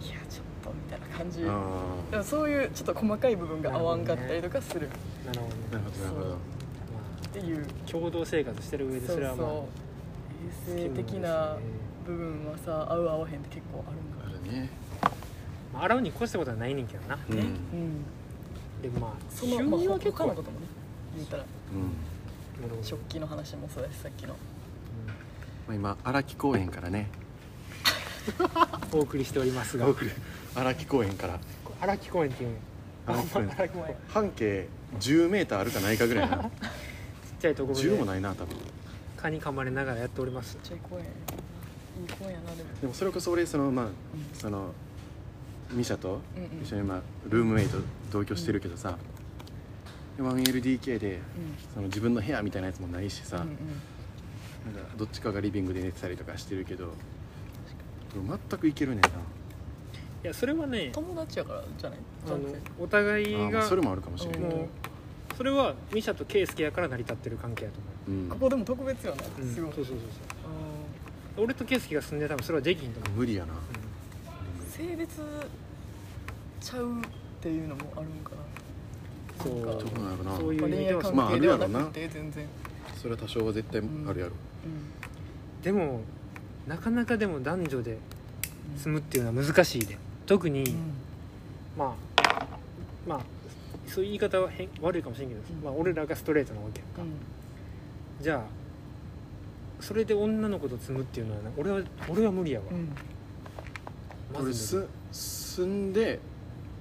Speaker 3: いやちょっとみたいな感じ
Speaker 2: あ
Speaker 3: でもそういうちょっと細かい部分が合わんかったりとかするっ
Speaker 1: なるほど
Speaker 2: ーな
Speaker 1: ね
Speaker 2: るほどなるほ
Speaker 3: そ
Speaker 2: ど
Speaker 3: うていう
Speaker 1: まあ共同生活してる上で
Speaker 3: そ
Speaker 1: それ
Speaker 3: う
Speaker 1: はまあ
Speaker 3: そう衛生的な部分はさ合う合わへんって結構あるんか
Speaker 2: あるね
Speaker 1: まあ洗うに越したことはないねんけどな
Speaker 2: うん
Speaker 3: ね
Speaker 2: う
Speaker 3: うん
Speaker 1: でまあ
Speaker 3: その、
Speaker 1: 収
Speaker 3: まあ、
Speaker 1: 入は
Speaker 3: 他
Speaker 1: 結構
Speaker 3: のこともね言ったら
Speaker 2: ん
Speaker 1: なるほど
Speaker 3: 食器の話もそうだしさっきの
Speaker 2: まあ今荒木公園からね
Speaker 1: うんお送りしておりますが
Speaker 2: 僕荒木公園から
Speaker 1: 荒木公園っていうんや
Speaker 2: 荒木公園
Speaker 1: 荒木公園ちっ
Speaker 2: 半径10メーターあるかないかぐらいな
Speaker 1: ちゃいところ
Speaker 2: 10も
Speaker 1: で
Speaker 2: ないな多分
Speaker 1: 蚊に噛まれながらやっております
Speaker 3: ちっちゃい公園いい公園やなでも、
Speaker 2: でもそれこそ俺そのまあ
Speaker 3: う
Speaker 2: そのミシャと
Speaker 3: ん、うんうん
Speaker 2: 一緒にまあルームメイト同居してるけどさ 1LDK でその自分の部屋みたいなやつもないしさ、
Speaker 3: うんうん
Speaker 2: なんかどっちかがリビングで寝てたりとかしてるけど全くいけるねん
Speaker 1: いやそれはね
Speaker 3: 友達やからじゃない
Speaker 1: あ
Speaker 3: 男
Speaker 1: の
Speaker 3: 性
Speaker 1: お互い
Speaker 2: なあーまあ
Speaker 1: が
Speaker 2: それもあるかもしれん
Speaker 3: も
Speaker 2: ね
Speaker 1: もうそれはミシャとケイスケやから成り立ってる関係やと思
Speaker 2: うん
Speaker 3: ここでも特別よな、
Speaker 1: う、うん、
Speaker 3: す
Speaker 1: そ
Speaker 3: ご
Speaker 1: う
Speaker 3: い
Speaker 1: そうそう
Speaker 3: あ
Speaker 1: そう俺とケイスケが住んでたらそれはできひんと思う、
Speaker 2: 無理やな
Speaker 3: ー性別ちゃうっていうのもあるんかな
Speaker 1: うん
Speaker 3: なん
Speaker 1: そ
Speaker 3: か
Speaker 2: どうなんやろな
Speaker 1: そういう意味
Speaker 3: 恋
Speaker 1: で
Speaker 3: 愛
Speaker 1: はそう、
Speaker 2: まあ
Speaker 3: 関係ではなくて全然、
Speaker 2: それは多少は絶対あるやろ、
Speaker 3: うん
Speaker 1: でもなかなかでも男女で
Speaker 3: うん
Speaker 1: 住むっていうのは難しいで特に、
Speaker 3: うん
Speaker 1: まあまあそういう言い方は変悪いかもしれんけど、
Speaker 3: うん
Speaker 1: まあ、俺らがストレートなわけやんか、
Speaker 3: うん
Speaker 1: じゃあそれで女の子と積むっていうのはな俺は俺は無理やわ、
Speaker 3: うん
Speaker 1: マジ
Speaker 2: 俺す住んで、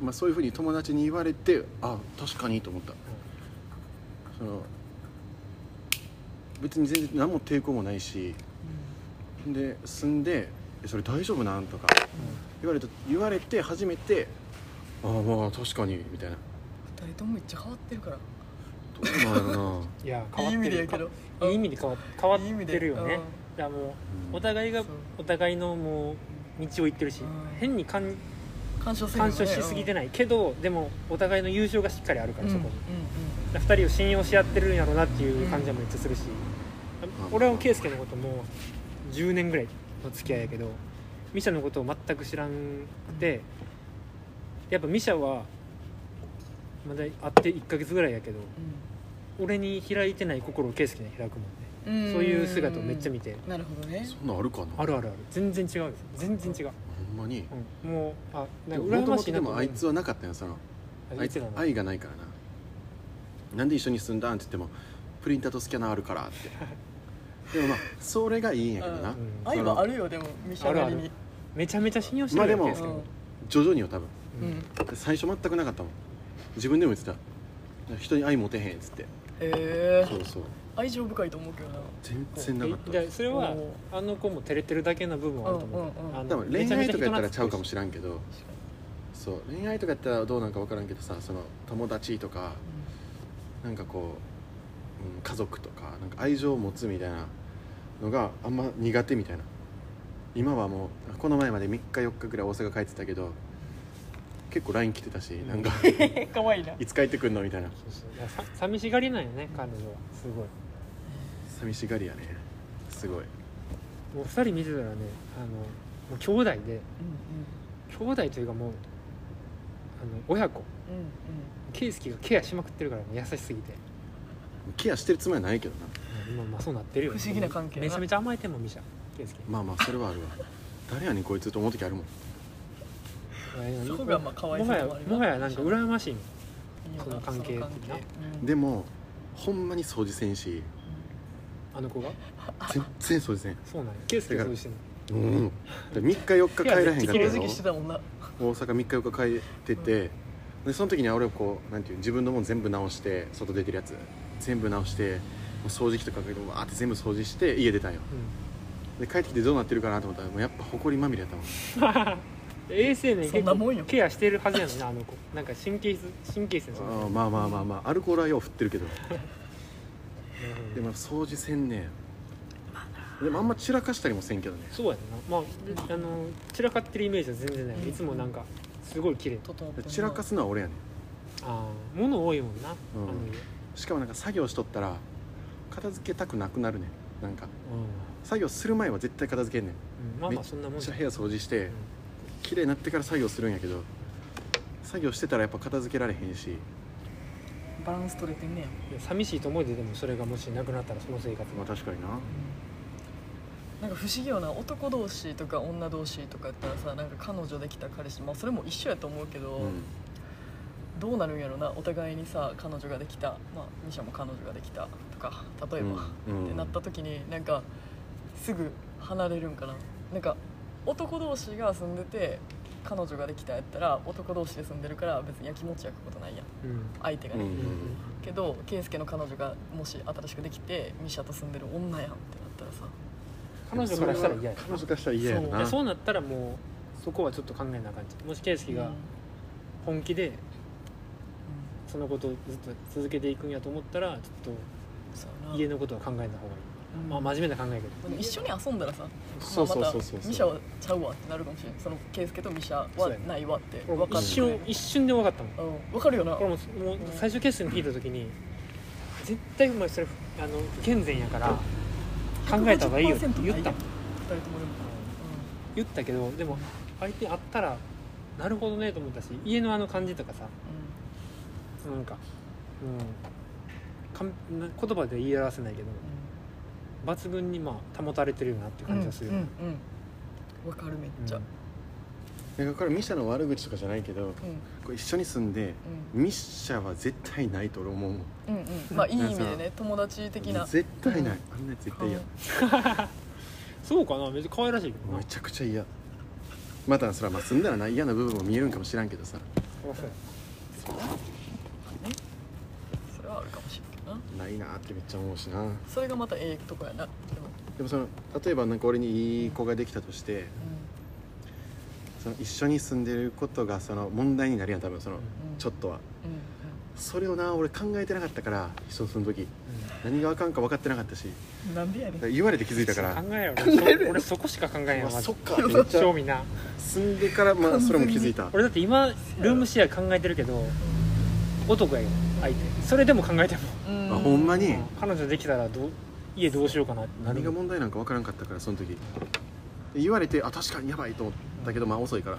Speaker 2: まあ、そういうふうに友達に言われてあ確かにと思ったその別に全然何も抵抗もないしで住んで「えそれ大丈夫なん?」とか言われた言われて初めて「ああまあ確かに」みたいな
Speaker 3: 二人ともめっちゃ変わってるから
Speaker 2: どうなん やろな
Speaker 1: いや
Speaker 3: い
Speaker 1: 変わ
Speaker 3: い
Speaker 1: っ
Speaker 3: 意味
Speaker 1: て
Speaker 3: で
Speaker 1: る
Speaker 3: やけど
Speaker 1: いい意味で変わ変わってるよ
Speaker 3: いい
Speaker 1: ね
Speaker 3: 意味で
Speaker 1: いやも
Speaker 2: うん
Speaker 1: うお互い
Speaker 3: うん
Speaker 1: がお互いのもう道を行ってるし
Speaker 3: うん
Speaker 1: 変に干
Speaker 3: 干渉するよ
Speaker 1: 干
Speaker 3: ね
Speaker 1: 渉しすぎてないけどでもお互いの友情がしっかりあるか
Speaker 3: うん
Speaker 1: ら
Speaker 3: うん
Speaker 1: そ
Speaker 3: うん
Speaker 1: こに2人を信用し合ってるんやろうなっていう感じはめっちゃするし
Speaker 2: うん
Speaker 1: 俺は圭介のことも10年ぐらいの付き合いやけどミシャのことを全く知らんくてやっぱミシャはまだ会って1ヶ月ぐらいやけど俺に開いてない心を圭介に開くもんね
Speaker 3: うんうん
Speaker 1: そういう姿をめっちゃ見て
Speaker 3: なるほどね
Speaker 2: そんなんあるかな
Speaker 1: あるあるある全然違うよ全然違う、
Speaker 2: ほんまに
Speaker 1: うん、もうあ
Speaker 2: で
Speaker 1: なんか羨
Speaker 2: もも
Speaker 1: ま
Speaker 2: と
Speaker 1: しい
Speaker 2: で
Speaker 1: なと
Speaker 2: も
Speaker 1: 思う
Speaker 2: あいつはなかったよその
Speaker 1: あいつらの
Speaker 2: 愛がないからななんで一緒に住んだんって言ってもプリンターとスキャナーあるからってでもまあそれがいいんやけどな、
Speaker 3: う
Speaker 1: うん
Speaker 3: 愛はあるよでもミシャなりに
Speaker 1: めちゃめちゃ信用してるやん
Speaker 2: まあでも
Speaker 1: 圭介も
Speaker 2: 徐々には多分
Speaker 1: う
Speaker 3: うんん
Speaker 2: 最初全くなかったもん自分でも言ってた人に愛持てへんっつって
Speaker 3: へえ
Speaker 2: そうそう
Speaker 3: 愛情深いと思うけどな
Speaker 2: 全然なかった
Speaker 1: ででそれ は
Speaker 3: お
Speaker 1: あの子も照れてるだけの部分はあると思う,、
Speaker 3: うんうんうん
Speaker 1: あの
Speaker 2: 多分恋愛とかやったらちゃうかも
Speaker 1: し
Speaker 2: しらんけどそう恋愛とかやったらどうなんか分からんけどさその友達とかなんかこう、うん、家族とかなんか愛情を持つみたいなのがあんま苦手みたいな今はもうこの前まで3日4日ぐらい大阪帰ってたけど結構 LINE 来てたしなんか
Speaker 3: うんかわいいな
Speaker 2: 「いつ帰ってくんの?」みたいな
Speaker 1: そうそういやさ寂しがりなんよね彼女はすごい
Speaker 2: 寂しがりやねすごい
Speaker 1: もう二人見てたらねあのもう兄弟で
Speaker 3: う
Speaker 1: 兄弟というかもうの親子
Speaker 3: うんうん
Speaker 1: 圭介がケアしまくってるからもう優しすぎて、
Speaker 2: ケアしてるつもりはないけどな
Speaker 1: まあ、まあそうなってるよ
Speaker 3: 不思議な関係な
Speaker 1: めちゃめちゃ甘えてんもんミシャ圭介
Speaker 2: まあまあそれはあるわ誰やねんこいつと思う時あるもん
Speaker 3: そこがまあ可愛
Speaker 1: も
Speaker 3: さ
Speaker 1: は
Speaker 3: で
Speaker 1: や
Speaker 3: もあり
Speaker 1: もはやなんか羨ましいもん
Speaker 3: いいよな
Speaker 1: その関係
Speaker 3: その関係
Speaker 1: な
Speaker 3: うん
Speaker 2: でもほんまに掃除せんし
Speaker 1: あの子が
Speaker 2: 全然掃除せん
Speaker 1: そうなんや圭介がそうしてんの
Speaker 2: うん3日4日帰らへんかった
Speaker 3: 掃
Speaker 2: や
Speaker 3: 除
Speaker 2: ろ
Speaker 3: 機してたもんな
Speaker 2: 大阪3日4日帰ってて、でその時に俺はこうなんていう自分のもん全部直して外出てるやつ全部直してもう掃除機とかかけてわーって全部掃除して家出たんよで帰ってきてどうなってるかなと思ったらもうやっぱ埃まみれやったもん
Speaker 1: うん衛生面
Speaker 3: そん
Speaker 1: 結
Speaker 3: なもんよ
Speaker 1: 構ケアしてるはずやのになあの子なんか神経質神経質な
Speaker 2: あーまあまあまあまあアルコールはよう振ってるけどで
Speaker 1: でも
Speaker 2: も掃除せんねんでもあんま散らかしたりもせんけどね
Speaker 1: そうやんなまああの散らかってるイメージは全然な
Speaker 3: うん
Speaker 1: いいつもなんかすごい綺麗
Speaker 3: 整ってんな
Speaker 2: 散らかすのは俺やね
Speaker 1: ああ物多いもんな、
Speaker 2: うん
Speaker 1: あの家
Speaker 2: んしかもなんか作業しとったら片付けたくなくなるねんなんか
Speaker 1: う
Speaker 2: 作業する前は絶対片付けんねん
Speaker 1: ん、まあ
Speaker 2: め
Speaker 1: ま
Speaker 2: っ
Speaker 1: あそんなもん
Speaker 2: めっち
Speaker 1: じ
Speaker 2: ゃ
Speaker 1: ゃ
Speaker 2: 部屋掃除して、綺麗になってから作業するんやけど作業してたらやっぱ片付けられへんし
Speaker 3: バランス取れてんねや
Speaker 1: 寂しいと思いででもそれがもしなくなったらその生活
Speaker 2: まあ確かにな
Speaker 3: なんか不思議よな男同士とか女同士とかやったらさなんか彼女できた彼氏まあそれも一緒やと思うけど、
Speaker 2: う
Speaker 3: どうなるんやろなお互いにさ彼女ができたまあミシャも彼女ができたとか例えば、
Speaker 2: うんうん
Speaker 3: ってなった時になんかすぐ離れるんかななんか男同士が住んでて彼女ができたやったら男同士で住んでるから別にやきもち焼くことないやん
Speaker 1: うん
Speaker 3: 相手がね、
Speaker 2: うん
Speaker 3: けど圭介の彼女がもし新しくできてミシャと住んでる女やんってなったらさ
Speaker 1: 彼女からしたら嫌や
Speaker 2: や彼女からしたら嫌やろ
Speaker 1: いや
Speaker 2: な
Speaker 1: そうなったらもうそこはちょっと考えなあかんじゃんもし圭介
Speaker 3: う
Speaker 1: が
Speaker 3: ん
Speaker 1: 本気でそのことをずっと続けていくんやと思ったらちょっ
Speaker 3: そうや
Speaker 1: と
Speaker 3: な
Speaker 1: 家のことは考えない方がいい、
Speaker 3: うん
Speaker 1: まあ真面目な考えやけど
Speaker 3: でも一緒に遊んだらさ
Speaker 2: そうそうそうそう
Speaker 3: まあまたミシャはちゃうわってなるかもしれないその圭介とミシャはないわって
Speaker 1: 俺
Speaker 3: 分か
Speaker 1: 一
Speaker 3: ってくれ
Speaker 1: 瞬一瞬で分かったもん
Speaker 3: うん分かるよな
Speaker 1: これももう最初決戦聞いた時に絶対お前それあの不健全やから考えた方がいいよって言ったもん
Speaker 3: 2人ともでも
Speaker 1: 言ったけどでも相手あったらなるほどねと思ったし家のあの感じとかさなんかうんかんな言葉で言い表せないけど抜群にまあ保たれてるよなっていう感じがするよね、
Speaker 3: 分かるめっ
Speaker 1: うん
Speaker 3: ちゃうん
Speaker 2: なんかこれミシャの悪口とかじゃないけどこれ一緒に住んでミシャは絶対ないと俺思うもん
Speaker 3: うんうんうんまあいい意味でね友達的な
Speaker 2: 絶対ないあんなやつ絶対嫌
Speaker 3: うん
Speaker 1: そうかなめっちゃ可愛らしいけどな
Speaker 2: めちゃくちゃ嫌またそれはまあ住んだらな嫌な部分も見えるんかもしらんけどさ
Speaker 3: それはあるかもしれんけどな
Speaker 2: ないなーってめっちゃ思うしな
Speaker 3: それがまたええとこやなでも
Speaker 2: でもその例えばなんか俺にいい子ができたとしてその一緒に住んでることがその問題になるやん多分その
Speaker 3: うん
Speaker 2: ちょっとは
Speaker 3: うんうん
Speaker 2: それをな俺考えてなかったから一緒に住む時何があかんか分かってなかったし
Speaker 3: うんなんでやねん
Speaker 2: 言われて気づいたから
Speaker 1: 考えよ俺そ俺そこしか考えない
Speaker 2: ま
Speaker 1: マ
Speaker 2: あ
Speaker 1: ジで
Speaker 2: そっかってめっちゃ
Speaker 1: 正味な
Speaker 2: 住んでからまあそれも気づいた
Speaker 1: 俺だって今ルームシェア考えてるけど男やよ相手それでも考えても
Speaker 3: うん
Speaker 2: あほんまに
Speaker 1: うん彼女できたらどう家どうしようかなってなる
Speaker 2: 何が問題なんか分からんかったからその時で言われてあ確かにやばいと思ったけどまあ遅いから
Speaker 1: う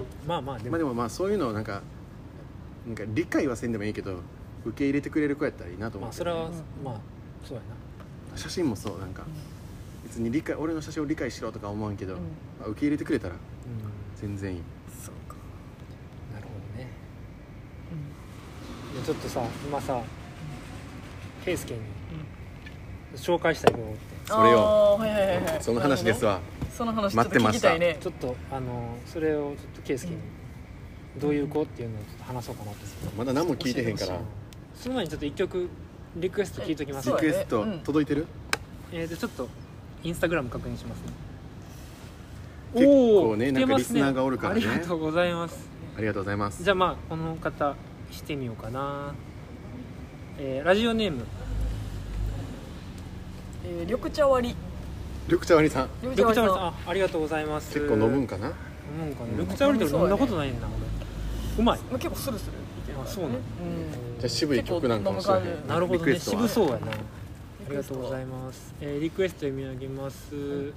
Speaker 1: んまあまあで
Speaker 2: まあ
Speaker 1: も
Speaker 2: でもまあそういうのをなんかなんか理解はせんでもいいけど受け入れてくれる子やったらいいなと思
Speaker 1: ま
Speaker 2: っ
Speaker 1: あ
Speaker 2: て、
Speaker 1: それは
Speaker 3: うん
Speaker 1: まあそうや
Speaker 2: 写真もそうなんか別に理解俺の写真を理解しろとか思わんけど、
Speaker 3: うん
Speaker 2: まあ受け入れてくれたら
Speaker 1: なうん
Speaker 2: 全然いい
Speaker 3: そうか
Speaker 1: なるほどね
Speaker 3: うん
Speaker 1: でちょっとさ今さ圭介に
Speaker 3: うん
Speaker 1: 紹介したいことがあ
Speaker 2: それよ
Speaker 3: あーはいはいはいはい
Speaker 2: その話ですわ
Speaker 3: その話ちょっと聞きたい
Speaker 1: っ
Speaker 3: ね
Speaker 1: てちょっとあのそれをちょっと圭介にどういう子っていうのをちょっと話そうかなと
Speaker 2: まだ何も聞いてへんか
Speaker 1: 思っ
Speaker 2: ら
Speaker 1: てその前にちょっと一曲リクエスト聞いときます
Speaker 3: そ
Speaker 2: リ
Speaker 3: う
Speaker 2: クエスト
Speaker 3: そうやねうん
Speaker 2: 届いてる、
Speaker 1: えー、でちょっとインスタグラム確認しますね
Speaker 2: 結構
Speaker 1: おー
Speaker 2: ね
Speaker 1: 来て
Speaker 2: なんか
Speaker 1: ま
Speaker 2: リ
Speaker 1: す
Speaker 2: ス
Speaker 1: ね
Speaker 2: ナーがおるからね
Speaker 1: ありがとうございます
Speaker 2: ありがとうございます
Speaker 1: じゃあまあこの方してみようかな、えー、ラジオネーム
Speaker 3: えー緑茶割り
Speaker 2: 緑茶割りさん
Speaker 3: 緑茶
Speaker 1: 緑茶割り
Speaker 3: 割りさ
Speaker 1: さん
Speaker 3: ん
Speaker 1: あありがとうございます
Speaker 2: 結構飲むん
Speaker 1: か
Speaker 2: かな
Speaker 1: 飲むんかね
Speaker 2: うん
Speaker 1: 緑茶割りとか飲んだことないねんな俺うまい
Speaker 3: まあ結構スルスルいける
Speaker 1: あ
Speaker 3: から、ね、
Speaker 1: そうなんだ
Speaker 2: じゃあ渋い曲なんかもしれへん
Speaker 3: 結構飲む感じ
Speaker 1: なるほど
Speaker 2: リク
Speaker 1: ね
Speaker 2: エストは
Speaker 1: 渋そうやなあ
Speaker 3: あ
Speaker 1: りがとうござい
Speaker 3: ま
Speaker 1: ます、えー、リクエスト読み上げます、
Speaker 3: ん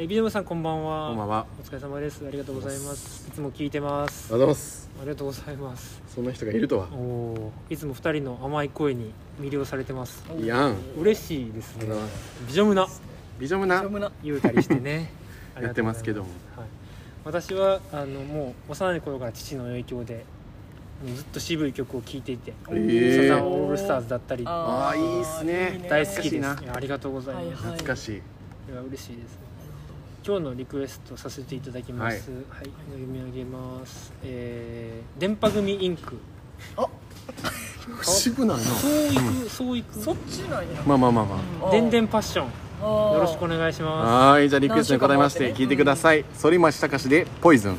Speaker 1: えビデムさんこんばんは
Speaker 2: こんばんはあ
Speaker 1: お疲れ様ですありがとうございますいつも聞いてます
Speaker 2: りがとうございます
Speaker 1: ありがとうございます
Speaker 2: そんな人がいるとは
Speaker 1: おおーいつも二人の甘い声に魅了されてます
Speaker 2: いやん
Speaker 1: 嬉しいです
Speaker 2: ありがとうご
Speaker 1: ね
Speaker 2: ざいます
Speaker 1: ビジョムな
Speaker 2: ビジョムナ
Speaker 3: ジョムナ
Speaker 1: 言うたりして ねあり
Speaker 2: や
Speaker 1: が
Speaker 2: っ
Speaker 1: と
Speaker 2: て
Speaker 1: うご
Speaker 2: ま
Speaker 1: ざい
Speaker 2: すけども
Speaker 1: はい、私はあのもう幼い頃から父の影響でもうずっと渋い曲を聴いていて、
Speaker 2: えー
Speaker 1: サザンオールスターズだったり大
Speaker 2: あーいいっすね
Speaker 1: 好きですい
Speaker 2: 懐かしいな
Speaker 1: やありがとうございます、
Speaker 3: はいはい
Speaker 2: 懐かしい
Speaker 1: これは嬉しいですね今日のリクエストさせていただきますはい、読み上げますえー、電波組インク
Speaker 2: 渋ないな
Speaker 1: そういくそういく
Speaker 3: そっちなんや
Speaker 2: まあまあまあまあ
Speaker 1: でんでんパッション
Speaker 3: よ
Speaker 1: よろしくお願いしま
Speaker 2: はーいじゃあリクエストに答えまして聞いてください反町隆史で「ポイズン」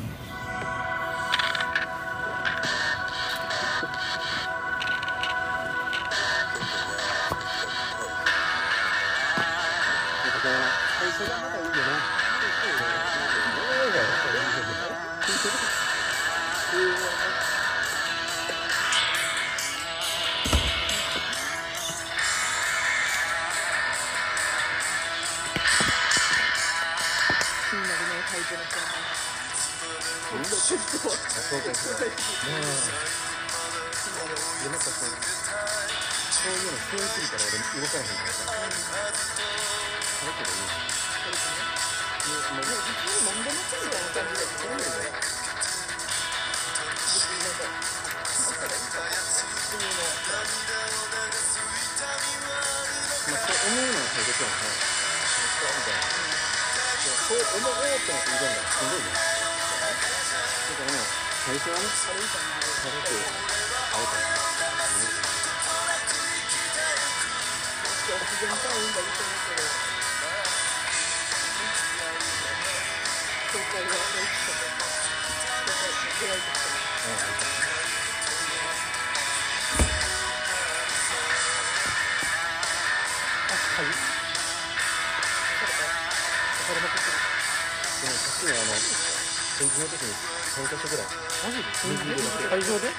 Speaker 1: す会場で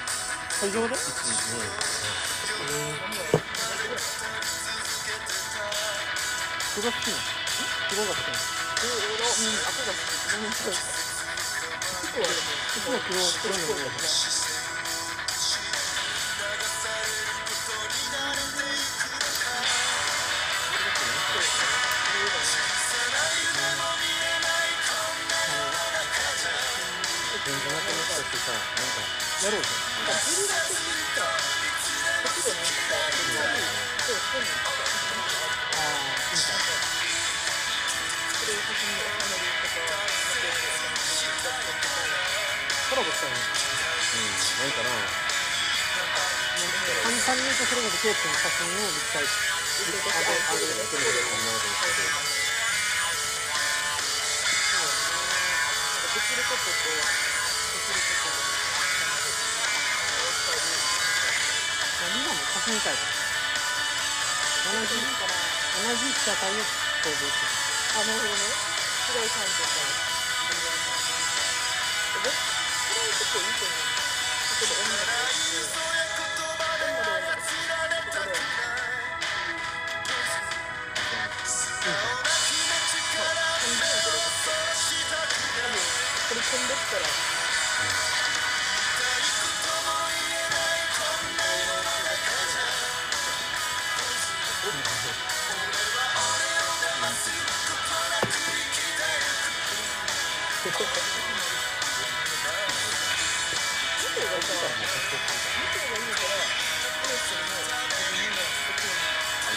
Speaker 1: 会場で人が好きなの人が好きなのコラボしたよねうんなんかな簡単に言うとそれこそケープの写真を立体して何がも写真みたい同じ同じ被写体を構造してる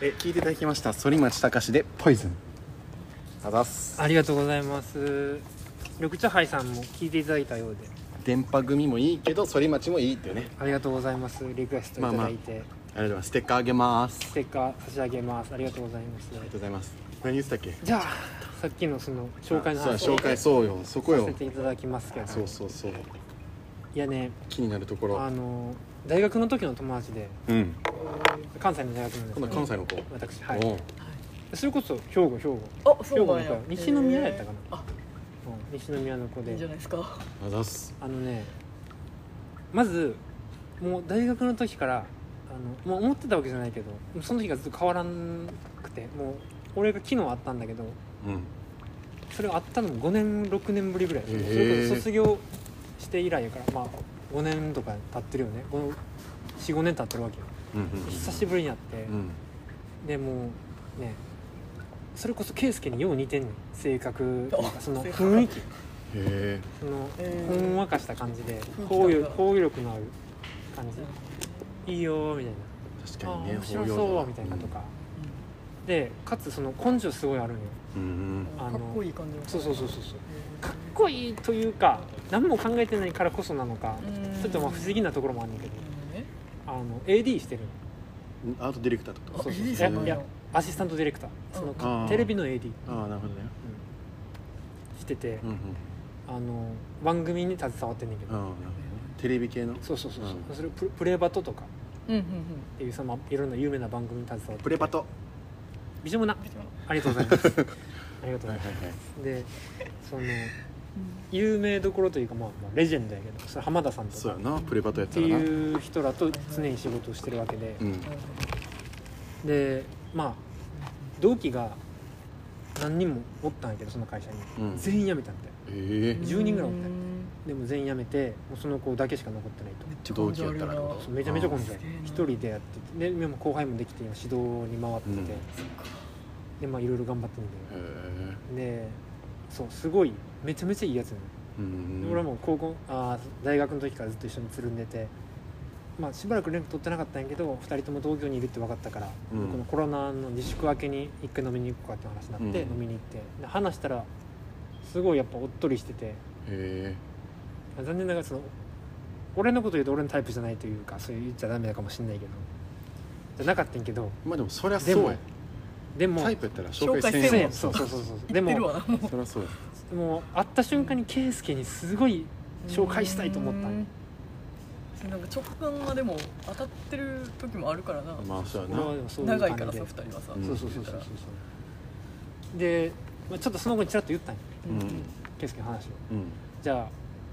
Speaker 2: え聞いていただきました反町隆史で「ポイズン」あざっす
Speaker 1: ありがとうございます。緑茶杯さんも聞いていただいたようで、
Speaker 2: 電波組もいいけど反町もいいっていうね
Speaker 1: ありがとうございます。リクエストいただいて。
Speaker 2: あありがとうございますステッカーあげます
Speaker 1: ステッカー差し上げますありがとうございます
Speaker 2: ありがとうございます何言ってたっけ
Speaker 1: じゃあさっきのその紹介の
Speaker 2: あ
Speaker 1: 話
Speaker 2: そう
Speaker 1: を
Speaker 2: 紹介そうよそこ
Speaker 1: さ
Speaker 2: よ
Speaker 1: せていただきますけど
Speaker 2: そうそうそう
Speaker 1: いやね
Speaker 2: 気になるとこ
Speaker 1: あ
Speaker 2: ろ
Speaker 1: の大学の時の友達で
Speaker 2: うん
Speaker 1: 関西の大学なんですけ
Speaker 2: 今
Speaker 1: ど
Speaker 2: 度関西の子、
Speaker 1: 私はい
Speaker 2: おう
Speaker 1: それこそ兵庫兵庫、うん、
Speaker 3: あそうなん
Speaker 1: 兵庫
Speaker 3: や
Speaker 1: の子西宮やったかな
Speaker 3: へーあ
Speaker 1: 西宮の子
Speaker 3: いい
Speaker 1: で
Speaker 3: んじゃないですか
Speaker 2: あざっす
Speaker 1: あのねまずもう大学の時からあのもう思ってたわけじゃないけどその時がずっと変わらんくてもう俺が昨日あったんだけど
Speaker 2: うん
Speaker 1: それあったのも5年6年ぶりぐらい、
Speaker 2: へー
Speaker 1: それこそ卒業して以来やからまあ5年とか経ってるよね45年経ってるわけよ
Speaker 2: うん
Speaker 1: 久しぶりに会って、
Speaker 2: うんうん
Speaker 1: でもうねそれこそ圭介によう似てんねん性格というか
Speaker 3: あ
Speaker 1: その
Speaker 3: 性格
Speaker 1: 雰囲気
Speaker 2: へ
Speaker 1: その
Speaker 3: え
Speaker 1: ほんわかした感じで
Speaker 3: 雰
Speaker 1: 包容
Speaker 3: 囲気感が
Speaker 1: 包容力のある感じいいよーみたいな
Speaker 2: え確
Speaker 1: あ
Speaker 2: かに
Speaker 1: ー
Speaker 2: ね
Speaker 1: 面白
Speaker 2: 包容
Speaker 1: そ
Speaker 2: 度
Speaker 1: うみたいなとか、
Speaker 3: う
Speaker 1: でかつその根性すごいあるんよ
Speaker 2: うんうん
Speaker 3: ん
Speaker 1: あ
Speaker 3: か
Speaker 1: の
Speaker 3: っこいい感じの
Speaker 1: そうそうそうそうそう
Speaker 3: へー
Speaker 1: かっこいいというか何も考えてないからこそなのか
Speaker 3: うん
Speaker 1: ちょっとまあ不思議なところもあるんだけど
Speaker 3: うんね
Speaker 1: あの AD してるの
Speaker 2: うんアートディレクターってこと
Speaker 3: あ
Speaker 2: か
Speaker 1: そうそう
Speaker 3: いい
Speaker 1: い
Speaker 3: じゃ
Speaker 1: や
Speaker 3: ない
Speaker 1: いや
Speaker 3: の
Speaker 1: アシスタントディレクターその
Speaker 2: あー
Speaker 1: テレビの AD、うん
Speaker 2: ああなるほどね
Speaker 1: してて
Speaker 2: うんうん
Speaker 1: あの番組に携わってんねんけ
Speaker 2: ああ
Speaker 1: ど
Speaker 2: なるほどねテレビ系の
Speaker 1: そうそうそうそう
Speaker 2: うん
Speaker 1: それププレバトとか
Speaker 3: うんうん
Speaker 1: っていうそのいろんな有名な番組に携わってて
Speaker 2: プレパト
Speaker 1: ビジョムナ
Speaker 3: う
Speaker 1: ありがとうございます ありがとうございます、でその
Speaker 3: ん
Speaker 1: 有名どころというか、まあ、まあレジェンドやけどそれ浜田さんと
Speaker 2: そう
Speaker 1: か
Speaker 2: やなプレパトやっ
Speaker 1: ったて
Speaker 2: らな
Speaker 1: いう人らと常に仕事をしてるわけで
Speaker 2: う、ん
Speaker 3: なるほ
Speaker 1: でまあ同期が何人もおったんやけどその会社に
Speaker 2: うん
Speaker 1: 全員辞めたんだよ
Speaker 2: ええ
Speaker 3: ど
Speaker 1: 10人ぐらいおったよ
Speaker 3: うん
Speaker 1: でも全員辞めてもうその子だけしか残ってないと
Speaker 3: めっちゃ
Speaker 2: 同
Speaker 3: 感
Speaker 2: 期
Speaker 3: じ
Speaker 2: やっ
Speaker 3: 悪い
Speaker 2: た
Speaker 3: な
Speaker 2: らってこと
Speaker 1: そうめちゃめちゃ混ん
Speaker 2: あ
Speaker 1: で
Speaker 3: すげえな
Speaker 1: 一人でやっててででも後輩もできて今指導に回ってて、
Speaker 2: うん
Speaker 1: でまあいろいろ頑張ってるんだ
Speaker 2: へ
Speaker 1: よ
Speaker 2: え
Speaker 1: でそうすごいめちゃめちゃいいやつなの
Speaker 2: うん
Speaker 1: で俺はもう高校あー大学の時からずっと一緒につるんでて、まあ、しばらく連絡取ってなかったんやけど2人とも東京にいるって分かったから、
Speaker 2: うん
Speaker 1: このコロナの自粛明けに一回飲みに行こうかって話になって、
Speaker 2: うん
Speaker 1: 飲みに行ってで話したらすごいやっぱおっとりしてて
Speaker 2: へ
Speaker 1: 残念ながらその俺のこと言うと俺のタイプじゃないというかそういう言っちゃダメだかもしれないけどじゃなかったんやけど
Speaker 2: えまあでもそりゃ
Speaker 1: で
Speaker 2: そう
Speaker 1: も
Speaker 2: や
Speaker 1: でも
Speaker 2: タイプやったら紹介せん
Speaker 1: そう
Speaker 2: や
Speaker 1: や
Speaker 2: ん
Speaker 1: そうそうそうそう で
Speaker 3: 言ってる
Speaker 1: も
Speaker 3: わなもう
Speaker 2: そりゃそうや
Speaker 1: でも会った瞬間に圭介にすごい紹介したいと思ったんよ
Speaker 3: うんそれなんか直感はでも当たってる時もあるからな、
Speaker 2: まあそうや
Speaker 1: 俺は
Speaker 2: な
Speaker 1: でもそういう感じ
Speaker 3: 長
Speaker 1: で
Speaker 3: いからさ二人はさ、
Speaker 2: うん
Speaker 1: そうそうそうそうそうそうで、まあ、ちょっとその後にちらっと言ったんよ
Speaker 2: うん
Speaker 1: 圭介の話を
Speaker 2: う
Speaker 1: じゃ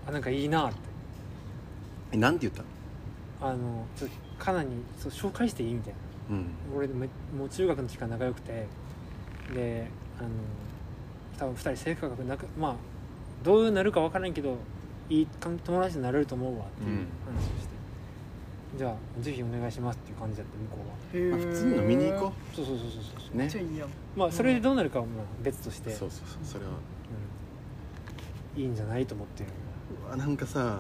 Speaker 1: ああなんかいいなって
Speaker 2: んなんて言ったの
Speaker 1: あのちょっとカナにそう紹介していいみたいな
Speaker 2: うん
Speaker 1: 俺めもう中学の時から仲良くてであの多分2人性格がなくまあどうなるか分からんけどいいかん友達になれると思うわっていう話をして、じゃあぜひお願いしますっていう感じだった向こうは
Speaker 3: へー
Speaker 2: まあ普通の見に行こ
Speaker 1: そうそうそうそうそう、
Speaker 2: う
Speaker 3: め
Speaker 2: ね
Speaker 3: っちゃいいやん
Speaker 1: まあそれでどうなるかはまあ別として
Speaker 2: そうそうそうそれは
Speaker 1: うんいいんじゃないと思ってる
Speaker 2: うわなんかさ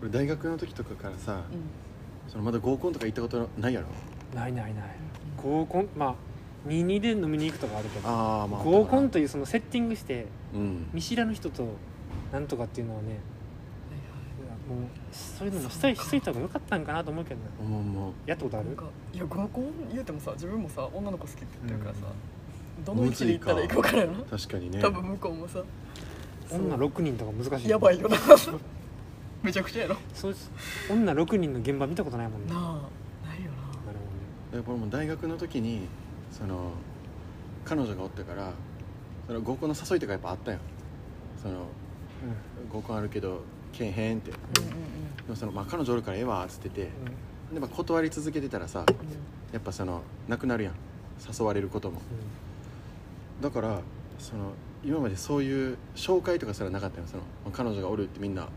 Speaker 2: 俺大学の時とかからさ
Speaker 3: うん
Speaker 2: そのまだ合コンとか行ったことないやろ
Speaker 1: ないないない合コンまあ22で飲みに行くとかあるけど
Speaker 2: ああまあ
Speaker 1: 合コンというそのセッティングして
Speaker 2: うん
Speaker 1: 見知らぬ人となんとかっていうのはねもうそういうのもしたいしといた方が良かったんかなと思うけどな
Speaker 2: 思う思う
Speaker 1: やったことあ
Speaker 3: なん
Speaker 1: る
Speaker 3: かいや合コン言うてもさ自分もさ女の子好きって言ってるからさ、どの
Speaker 2: む
Speaker 3: 位
Speaker 2: ず
Speaker 3: 置
Speaker 2: い
Speaker 3: で行ったら行くからやな、
Speaker 2: 確かにね
Speaker 3: 多分向こうもさ
Speaker 1: 女
Speaker 3: そ
Speaker 1: 6人とか難し
Speaker 3: う
Speaker 1: い
Speaker 3: やばいよな めちゃくちゃやろ
Speaker 1: そう女6人の現場見たことないもんね
Speaker 3: な
Speaker 1: なる
Speaker 3: あないよな
Speaker 1: ほどね
Speaker 2: やっぱ俺も大学の時にその彼女がおったからその合コンの誘いとかやっぱあったよその合コンあるけどけんへんってで
Speaker 1: うん
Speaker 2: もその、まあ、彼女おるからええわっつっててでも断り続けてたらさ
Speaker 3: うんうん
Speaker 2: やっぱそのなくなるやん誘われることもだからその今までそういう紹介とかすらなかったよそのまあ彼女がおるってみんな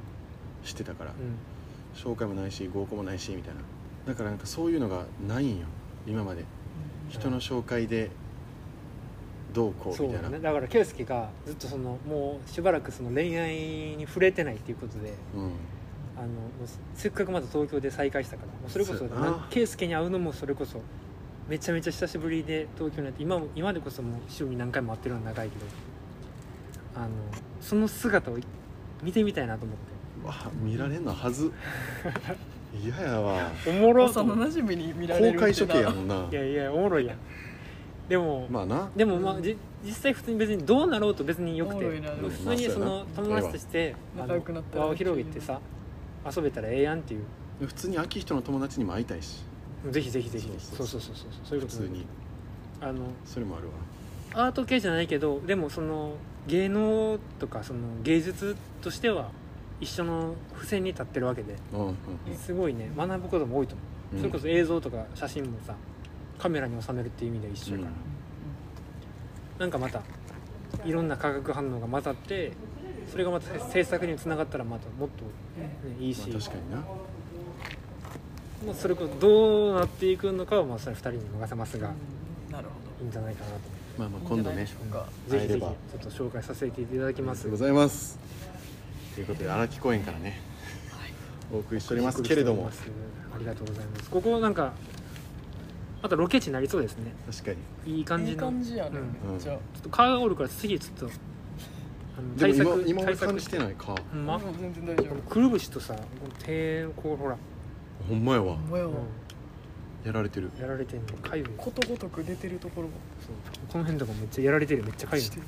Speaker 2: 知ってたから
Speaker 1: うんうん
Speaker 2: 紹介もないし合コンもないしみたいなだからなんかそういうのがないんよ今まで人の紹介でどうこう
Speaker 1: そう
Speaker 2: みたいな
Speaker 1: だねだから圭介がずっとそのもうしばらくその恋愛に触れてないっていうことで
Speaker 2: うん
Speaker 1: あのもうせっかくまた東京で再会したからもうそれこそ
Speaker 2: そうやな
Speaker 1: な圭介に会うのもそれこそめちゃめちゃ久しぶりで東京になって今も今でこそもう週に何回も会ってるのは長いけどあのその姿を見てみたいなと思って
Speaker 2: わ見られんのはず嫌やわ
Speaker 1: おもろ
Speaker 3: 幼なじみに見られ
Speaker 2: 公
Speaker 3: る
Speaker 2: 開処刑や
Speaker 3: ん
Speaker 2: もんない
Speaker 1: やいやおもろいやんでも、
Speaker 2: まあな
Speaker 1: でもまあじ実際普通に別にどうなろうと別によくて
Speaker 3: おもろいな
Speaker 1: 普通にその友達として
Speaker 3: まあ
Speaker 1: あ
Speaker 3: そうやな仲
Speaker 1: の
Speaker 3: 良くなったら
Speaker 1: 輪を広げてさ遊べたらええやんっていう
Speaker 2: 普通に秋人の友達にも会いたいし
Speaker 1: ぜひぜひぜひ
Speaker 2: そ
Speaker 1: そうう
Speaker 2: そ
Speaker 1: そううそうそうそういう
Speaker 2: 普
Speaker 1: こと
Speaker 2: 通に
Speaker 1: あの
Speaker 2: それもあるわ
Speaker 1: アート系じゃないけどでもその芸能とかその芸術としては一緒の付箋に立ってるわけで
Speaker 2: うんうん
Speaker 1: すごいね学ぶことも多いと思う、
Speaker 2: うん
Speaker 1: それこそ映像とか写真もさカメラに収めるっていう意味で一緒やから、
Speaker 2: うん
Speaker 1: なんかまたいろんな化学反応が混ざってそれがまた制作につながったらまたもっと、ね、いいし、
Speaker 2: まあ、確かにな
Speaker 1: もうそれこそどうなっていくのかはまあそれ2人に任せますが、
Speaker 3: なる
Speaker 1: いいんじゃないかなと
Speaker 2: まあまあ
Speaker 3: ほど
Speaker 2: 今度
Speaker 3: いいん
Speaker 2: ね
Speaker 3: じゃないでしょうか
Speaker 1: ぜひぜ
Speaker 2: 会えれ
Speaker 1: ひち
Speaker 2: ば
Speaker 1: ょっと紹介させていただきま
Speaker 2: ありが
Speaker 1: す
Speaker 2: とうございますということで荒木公園からね、お送りしておりますけれども
Speaker 1: ありがとうございますここなんかまたロケ地になりそうですね
Speaker 2: 確かに
Speaker 1: いい感
Speaker 3: い
Speaker 1: じ
Speaker 3: い
Speaker 1: の
Speaker 3: 感じやね、
Speaker 1: うん
Speaker 3: めっち
Speaker 1: ち
Speaker 3: ゃ
Speaker 1: ょっと蚊がおるから次ちょっとあの
Speaker 2: でも今今俺感じてないか
Speaker 1: ほんま
Speaker 3: うん全然大丈夫
Speaker 1: くるぶしとさこの手のこうほら、
Speaker 2: ほんまやわ
Speaker 3: お前は
Speaker 1: う
Speaker 2: やられてる
Speaker 1: んやられてんのかゆいこ
Speaker 3: ことごとく出てるところも
Speaker 1: の辺とかめっちゃやられてるめっちゃかゆい
Speaker 3: してる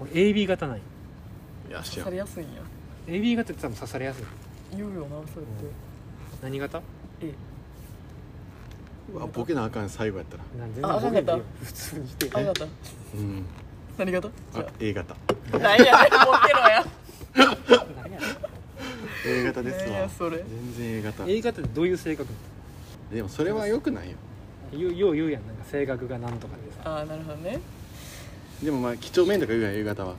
Speaker 1: 俺 AB 型ない
Speaker 2: よし
Speaker 3: 刺
Speaker 2: よ
Speaker 3: されやすいんや
Speaker 1: AB 型って多分刺されやすい
Speaker 3: 言うよなそうやって
Speaker 1: 何型
Speaker 3: え
Speaker 2: うわボケなあかん最後やったら
Speaker 1: なん全然
Speaker 3: あ
Speaker 1: ボケてる
Speaker 3: 赤
Speaker 1: よ普通にして
Speaker 3: あ分かった
Speaker 2: うん
Speaker 3: 何型じ
Speaker 2: あ
Speaker 3: ゃ
Speaker 2: A 型
Speaker 3: あ何やねんボケろや
Speaker 1: 何や
Speaker 2: A 型です
Speaker 3: 何
Speaker 2: わ
Speaker 3: やそれ
Speaker 2: 全然 A 型
Speaker 1: A 型ってどういう性格
Speaker 2: でもそれは良くないよ
Speaker 1: ようよう言うやんなんか性格がなんとかでさ、
Speaker 3: ああなるほどね
Speaker 2: でもまあ几帳面とか言うやん A 型は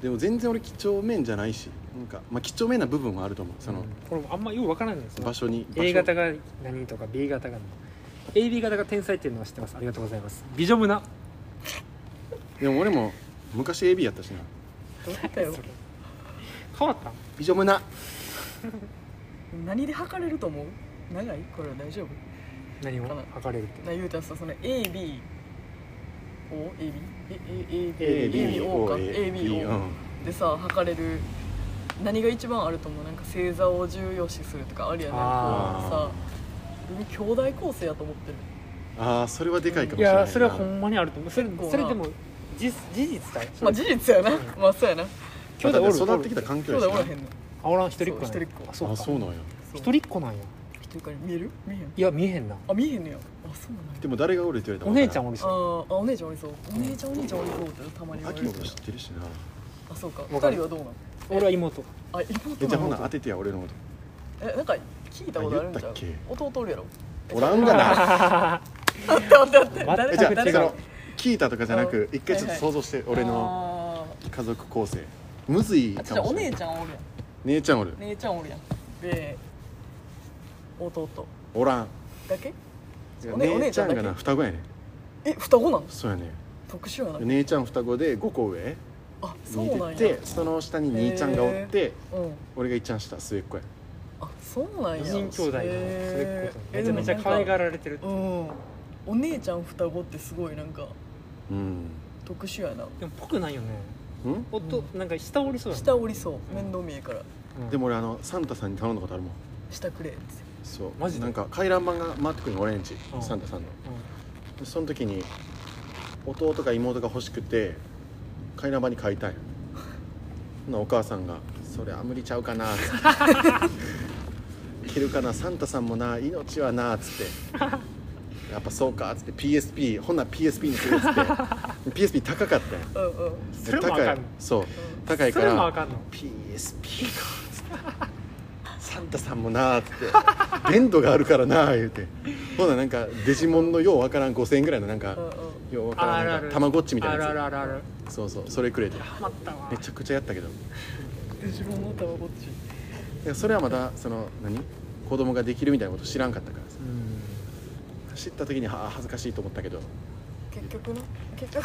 Speaker 1: う、
Speaker 2: でも全然俺几帳面じゃないしなんかまあ几帳面な部分はあると思うんその
Speaker 1: これもあんまよくわからないんですよ
Speaker 2: 場所に
Speaker 1: A 型
Speaker 2: が
Speaker 1: が何とか B 型が何 AB 型が天才っていうのは知ってますありがとうございます美女村
Speaker 2: でも俺も昔 AB やったしな
Speaker 3: どうだよ
Speaker 1: それ変わったん
Speaker 2: 美女胸
Speaker 3: 何で測れると思う長いこれは大丈夫
Speaker 1: 何を
Speaker 3: 変わった
Speaker 1: 測れるって
Speaker 3: な言うたらさその ABOAB
Speaker 1: A B
Speaker 3: ABO か ABO でさ測れる何が一番あると思うなんか星座を重要視するとかあるやねこう
Speaker 1: あ
Speaker 3: さ俺兄弟構成やと思ってる
Speaker 2: ああそれはでかいかも
Speaker 1: い
Speaker 2: しれないな
Speaker 1: やそれはほんまにあると思うそれ
Speaker 3: 結構な
Speaker 1: それでも事事実だよ
Speaker 3: まあ事実やなまあそうやな
Speaker 1: 兄弟おる
Speaker 2: だって育ってきた環境
Speaker 3: 兄
Speaker 2: やし
Speaker 3: 弟
Speaker 2: な
Speaker 3: おらへんねん
Speaker 1: あおらん一人っ子なん
Speaker 3: そう
Speaker 1: や
Speaker 3: 一人っ子
Speaker 1: あそう
Speaker 2: あ
Speaker 1: か
Speaker 2: そうなんや
Speaker 3: そう
Speaker 1: 一人っ子なんや
Speaker 3: 一人から見える見えへん
Speaker 1: いや見えへんな
Speaker 3: あ見えへんねやあそうなんや
Speaker 2: でも誰がおるって言われた
Speaker 1: お姉ちゃん
Speaker 2: も
Speaker 1: おるし
Speaker 3: あーあお姉ちゃんおりそうお姉ちゃんお兄ちゃんおりそうってたまに言われ
Speaker 2: 秋
Speaker 3: る
Speaker 2: も知ってるしな
Speaker 3: あそうか二
Speaker 1: わかる
Speaker 3: 人はどうなの
Speaker 1: 俺は妹
Speaker 3: あ妹
Speaker 2: えじ
Speaker 3: な
Speaker 2: ゃあほな
Speaker 3: の
Speaker 2: 当ててや俺のこ
Speaker 3: えなんか聞いたことあるんちゃ
Speaker 2: あ
Speaker 3: う
Speaker 2: 言った
Speaker 3: 弟おるやろ
Speaker 2: とおらんがな
Speaker 3: あったあったあった
Speaker 1: ま
Speaker 2: え
Speaker 3: 誰
Speaker 2: じゃ
Speaker 3: か
Speaker 2: あ
Speaker 1: 全く違
Speaker 2: そ
Speaker 3: 誰か
Speaker 1: う
Speaker 2: の聞いたとかじゃなく
Speaker 3: あ
Speaker 2: 一回ちょっと想像して俺の
Speaker 3: の
Speaker 2: 家族構成むずいかもし
Speaker 3: じ
Speaker 2: れ
Speaker 3: ゃあ
Speaker 2: ない
Speaker 3: お姉ちゃんおるやん
Speaker 2: 姉ちゃんおる
Speaker 3: 姉ちゃんおるやんで弟
Speaker 2: おらん
Speaker 3: だけおねお
Speaker 2: 姉
Speaker 3: 姉
Speaker 2: ち
Speaker 3: ち
Speaker 2: ゃ
Speaker 3: ゃん
Speaker 2: ん
Speaker 3: だけ
Speaker 2: がな双子やね
Speaker 3: え双子なの
Speaker 2: そうやね
Speaker 3: 特殊やな
Speaker 2: 姉ちゃん双子で5個上
Speaker 3: あそう
Speaker 2: に
Speaker 3: なん
Speaker 2: 出
Speaker 3: や
Speaker 2: てその下に兄ちゃんがおって
Speaker 3: うん
Speaker 2: 俺が一ちゃん下末っ子や
Speaker 3: あそうなんや
Speaker 1: 四人兄弟の
Speaker 3: へー
Speaker 1: 末っ子とめちゃめちゃ可愛がられてる
Speaker 3: えでもなんかうんお姉ちゃん双子ってすごいなんか
Speaker 2: うん
Speaker 3: 特殊やな
Speaker 1: でもぽくないよね
Speaker 2: うん
Speaker 1: おっとなんか下おりそうやん
Speaker 3: 下おりそう面倒見えから
Speaker 1: うん
Speaker 2: でも俺あのサンタさんに頼んだことあるもん
Speaker 3: 下くれって
Speaker 2: そう
Speaker 1: マジで
Speaker 2: なんか回覧板が回ってくるの俺んち
Speaker 1: うん
Speaker 2: サンタさんのでその時に弟か妹が欲しくて回覧板に買いたいのほなお母さんが「それは無理ちゃうかな」 って「いけるかなサンタさんもな命はな」っつって「やっぱそうか」っつって PSP ほんなら PSP にするっつって PSP 高かったよ
Speaker 3: うんうんうん
Speaker 1: それもあ
Speaker 2: 高
Speaker 1: か
Speaker 2: い
Speaker 1: んの
Speaker 2: そう
Speaker 3: う
Speaker 2: 高いか
Speaker 1: それもあ
Speaker 2: ら
Speaker 1: かんの
Speaker 2: PSP かつってサンタさんもなーっつって限度があるからなー言うてほななんかデジモンのようわからん5000円ぐらいのなんか
Speaker 3: んうん
Speaker 2: ようわから
Speaker 1: あ
Speaker 2: ん
Speaker 1: る
Speaker 2: な
Speaker 1: あ
Speaker 2: んか
Speaker 1: る
Speaker 2: たまごっちみたいな
Speaker 1: ある
Speaker 2: や
Speaker 1: あるあるある
Speaker 2: つそうそうそれくれて
Speaker 1: ハマったわ
Speaker 2: めちゃくちゃやったけど
Speaker 3: デジモンのたまごっち
Speaker 2: いやそれはまだその何子供ができるみたいなこと知らんかったからさ
Speaker 1: うん
Speaker 2: 知った時にはあ恥ずかしいと思ったけど
Speaker 3: 結局な結局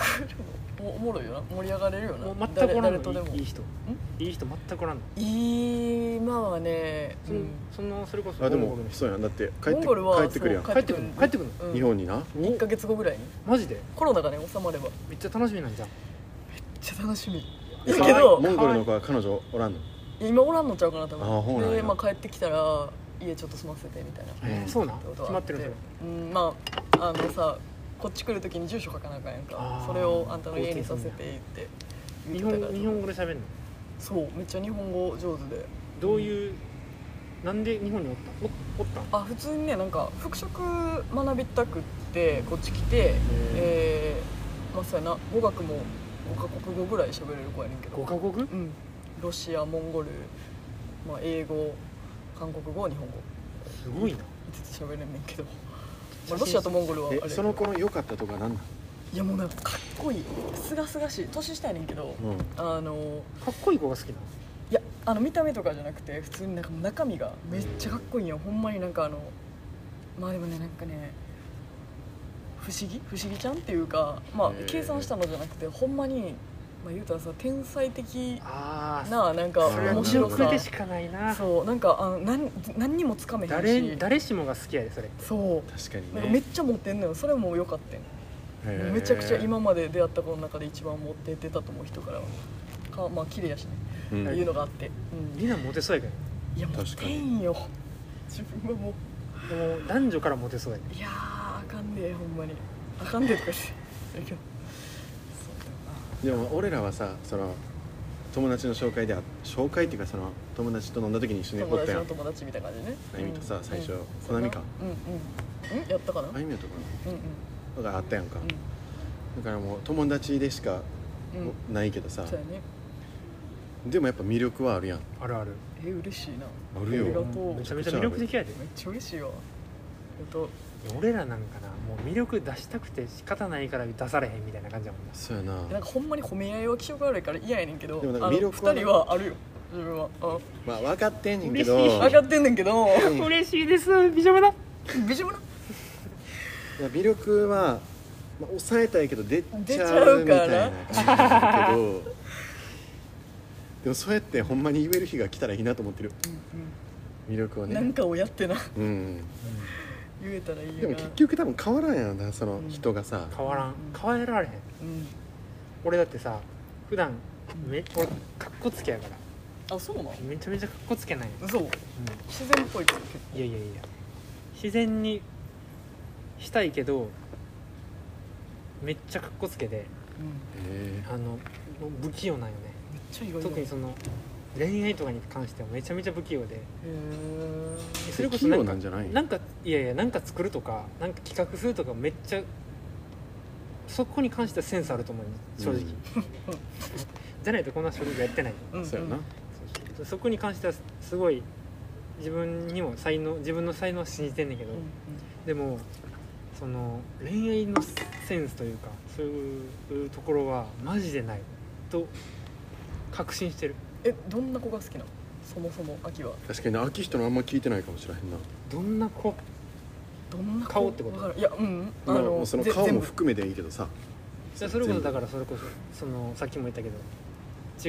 Speaker 3: おおもろいよな盛り上がれるよな
Speaker 1: もう全くおらん
Speaker 3: 誰誰とで
Speaker 1: の
Speaker 3: も
Speaker 1: いいいい人いい人全くおらんの
Speaker 3: 今はね、
Speaker 1: そのそのそれこそ
Speaker 2: あで
Speaker 1: モ
Speaker 2: も
Speaker 1: ンゴルの人
Speaker 2: そうやんだって帰
Speaker 3: モ
Speaker 2: って
Speaker 3: ン
Speaker 2: 帰
Speaker 3: ゴルは
Speaker 2: ってくるやん
Speaker 3: そう
Speaker 1: 帰ってくるの帰ってくるの
Speaker 3: うん
Speaker 2: 日本にな
Speaker 3: 1か月後ぐらいに
Speaker 1: マジで
Speaker 3: コロナがね収まればめっ
Speaker 1: めっちゃ楽しみなんじゃん
Speaker 3: ちゃ楽しみ
Speaker 2: え
Speaker 3: や
Speaker 1: 可
Speaker 3: け
Speaker 1: 愛い
Speaker 3: ど
Speaker 2: モンゴルの子は彼女おらんの
Speaker 3: 今おらんのちゃうかな多分
Speaker 2: あほうなんや
Speaker 3: で、まあ、帰ってきたら家ちょっと済ませてみたいな
Speaker 2: うん
Speaker 1: えーそうなん
Speaker 3: ってこ
Speaker 1: 決
Speaker 3: とは
Speaker 1: ま
Speaker 3: あ
Speaker 1: ってるんそれ
Speaker 3: うんまああのさこっち来る時に住所書かなあかんやん
Speaker 1: あ
Speaker 3: か
Speaker 1: ー
Speaker 3: それをあんたの家にさせていいって
Speaker 1: 日
Speaker 3: 言ってたから
Speaker 1: 本日本語で喋るの
Speaker 3: そうめっちゃ日本語上手で
Speaker 1: どういう、なんで日本におったおおったん
Speaker 3: あ普通にねなんか服飾学びたくってこっち来てえー、まあそうやな語学も5カ国語ぐらい喋れる子やねんけど
Speaker 1: 5カ国
Speaker 3: うんロシアモンゴル、まあ、英語韓国語日本語
Speaker 1: すごいな
Speaker 3: 5つ喋れんねんけど、まあ、ロシアとモンゴルはあれやけ
Speaker 2: え
Speaker 3: ど
Speaker 2: その子の良かったとか何なの
Speaker 3: いやもうなんかかっこいいすがすがしい年下やねんけど、
Speaker 2: うん
Speaker 3: あの
Speaker 1: かっこいい子が好きない
Speaker 3: やあの見た目とかじゃなくて普通になんか中身がめっちゃかっこいいんよほんまになんかあのまあでもねなんかね不思議不思議ちゃんっていうかまあ
Speaker 2: へー
Speaker 3: 計算したのじゃなくてほんまに、まあ、言うたらさ天才的
Speaker 1: ああ
Speaker 3: ななんか
Speaker 1: それは
Speaker 3: 面
Speaker 1: 記
Speaker 3: 白
Speaker 1: 憶
Speaker 3: さ
Speaker 1: でしかないな
Speaker 3: そうなんかあのなん何にもつかめへんし
Speaker 1: 誰誰しもが好きやでそれ
Speaker 3: そ
Speaker 2: 確か
Speaker 3: う
Speaker 2: に
Speaker 3: なん
Speaker 2: ね
Speaker 3: かめっちゃモテんのよそれも良かったよ
Speaker 2: へー
Speaker 3: めちゃくちゃ今まで出会った子の中で一番モテてたと思う人からはかまあ綺麗やしね、
Speaker 2: うん
Speaker 3: っていうのがあって、
Speaker 1: みんなモテそうやけ
Speaker 3: いやモ
Speaker 2: 確か
Speaker 3: テ
Speaker 2: に
Speaker 3: んよ自分はも
Speaker 1: どでも男女からモテそうやね
Speaker 3: ういやーあかんでほんまにあかんでとか言って だけどそうだよ
Speaker 2: でも俺らはさその友達の紹介であ紹介っていうかその友達と飲んだ時に一緒に
Speaker 3: な
Speaker 2: お
Speaker 3: 友
Speaker 2: った
Speaker 3: 達
Speaker 2: や
Speaker 3: の
Speaker 2: ん
Speaker 3: 友達みたいな感じね
Speaker 2: あゆみとさ最初
Speaker 3: そ
Speaker 2: コナミか
Speaker 3: うんうんうんやったかなうん
Speaker 2: あ
Speaker 3: うん
Speaker 2: ゆみのところがあったやんかだからもう友達でしか
Speaker 3: うんうん
Speaker 2: ないけどさ
Speaker 3: そうやね
Speaker 2: でもやっぱ魅力はあるやん
Speaker 1: あるある
Speaker 3: え嬉しいな
Speaker 2: あるよ
Speaker 3: ありがとう
Speaker 1: めちゃめちゃ魅力的やで
Speaker 3: めっちゃ嬉しいよえっと
Speaker 1: 俺らなんかなもう魅力出したくて仕方ないから出されへんみたいな感じやもんな
Speaker 2: そうやな
Speaker 3: なんかほんまに褒め合いは気色悪いから嫌やねんけど
Speaker 2: でもなんか
Speaker 3: あの
Speaker 2: 魅力は
Speaker 3: 2人はあるよ自分はあ
Speaker 2: まあ分かってんねんけ
Speaker 1: 嬉しい
Speaker 2: ど
Speaker 3: 分かってんねんけ ど
Speaker 2: うん
Speaker 1: 嬉しいです美女村
Speaker 3: ビジョムない
Speaker 2: や魅力は、まあ、抑えたいけど出
Speaker 3: 出
Speaker 2: ち
Speaker 3: ち
Speaker 2: ゃ
Speaker 3: ゃ
Speaker 2: う
Speaker 3: う
Speaker 2: み
Speaker 3: か
Speaker 2: た
Speaker 3: ら
Speaker 2: いな感じだけどでもそうやってほんまに言える日が来たらいいなと思ってる魅力をね
Speaker 3: なんかをやってな
Speaker 2: うん
Speaker 3: 言えたらいい
Speaker 2: で
Speaker 3: よ
Speaker 2: も
Speaker 3: な
Speaker 2: 結局多分変わらんやろなその人がさ、
Speaker 1: 変わらん変えられへん
Speaker 3: うん
Speaker 1: 俺だってさ普段め俺かっこつけやから
Speaker 3: あそうなの
Speaker 1: めちゃめちゃかっこつけない、
Speaker 3: 嘘自然っぽいけど結
Speaker 1: いやいやいや自然にしたいけどめっちゃかっこつけで
Speaker 3: 構うん
Speaker 2: え
Speaker 1: あのもう不器用なんよね
Speaker 3: めっちゃ意外だ
Speaker 1: 特に
Speaker 3: へ
Speaker 1: その恋愛とかに関してはめちゃめちゃ不器用で
Speaker 3: え
Speaker 2: え
Speaker 1: それこそ
Speaker 2: 器
Speaker 1: なん
Speaker 2: 用
Speaker 1: か
Speaker 2: なんじゃない
Speaker 1: なんかいやいやなんか作るとかなんか企画するとかめっちゃそこに関してはセンスあると思うよ正直、じゃないとこんな仕事やってない
Speaker 2: うんそうやな、
Speaker 1: そそこに関してはすごい自分にも才能自分の才能は信じてんねんけど、
Speaker 3: うん
Speaker 1: でもその恋愛のセンスというかそういうところはマジでないと確信してる
Speaker 3: えどんな子が好きなのそもそも秋は
Speaker 2: 確かにな秋人のあんま聞いてないかもしれへんな
Speaker 1: どんな子
Speaker 3: どんな子
Speaker 1: 顔ってこと
Speaker 3: わからんいやうん
Speaker 2: まあもうその
Speaker 3: ぜ
Speaker 2: 顔
Speaker 3: 全
Speaker 2: も
Speaker 3: 部
Speaker 2: 含めていいけどさ
Speaker 1: いやそれこそだからそれこそそのさっきも言ったけ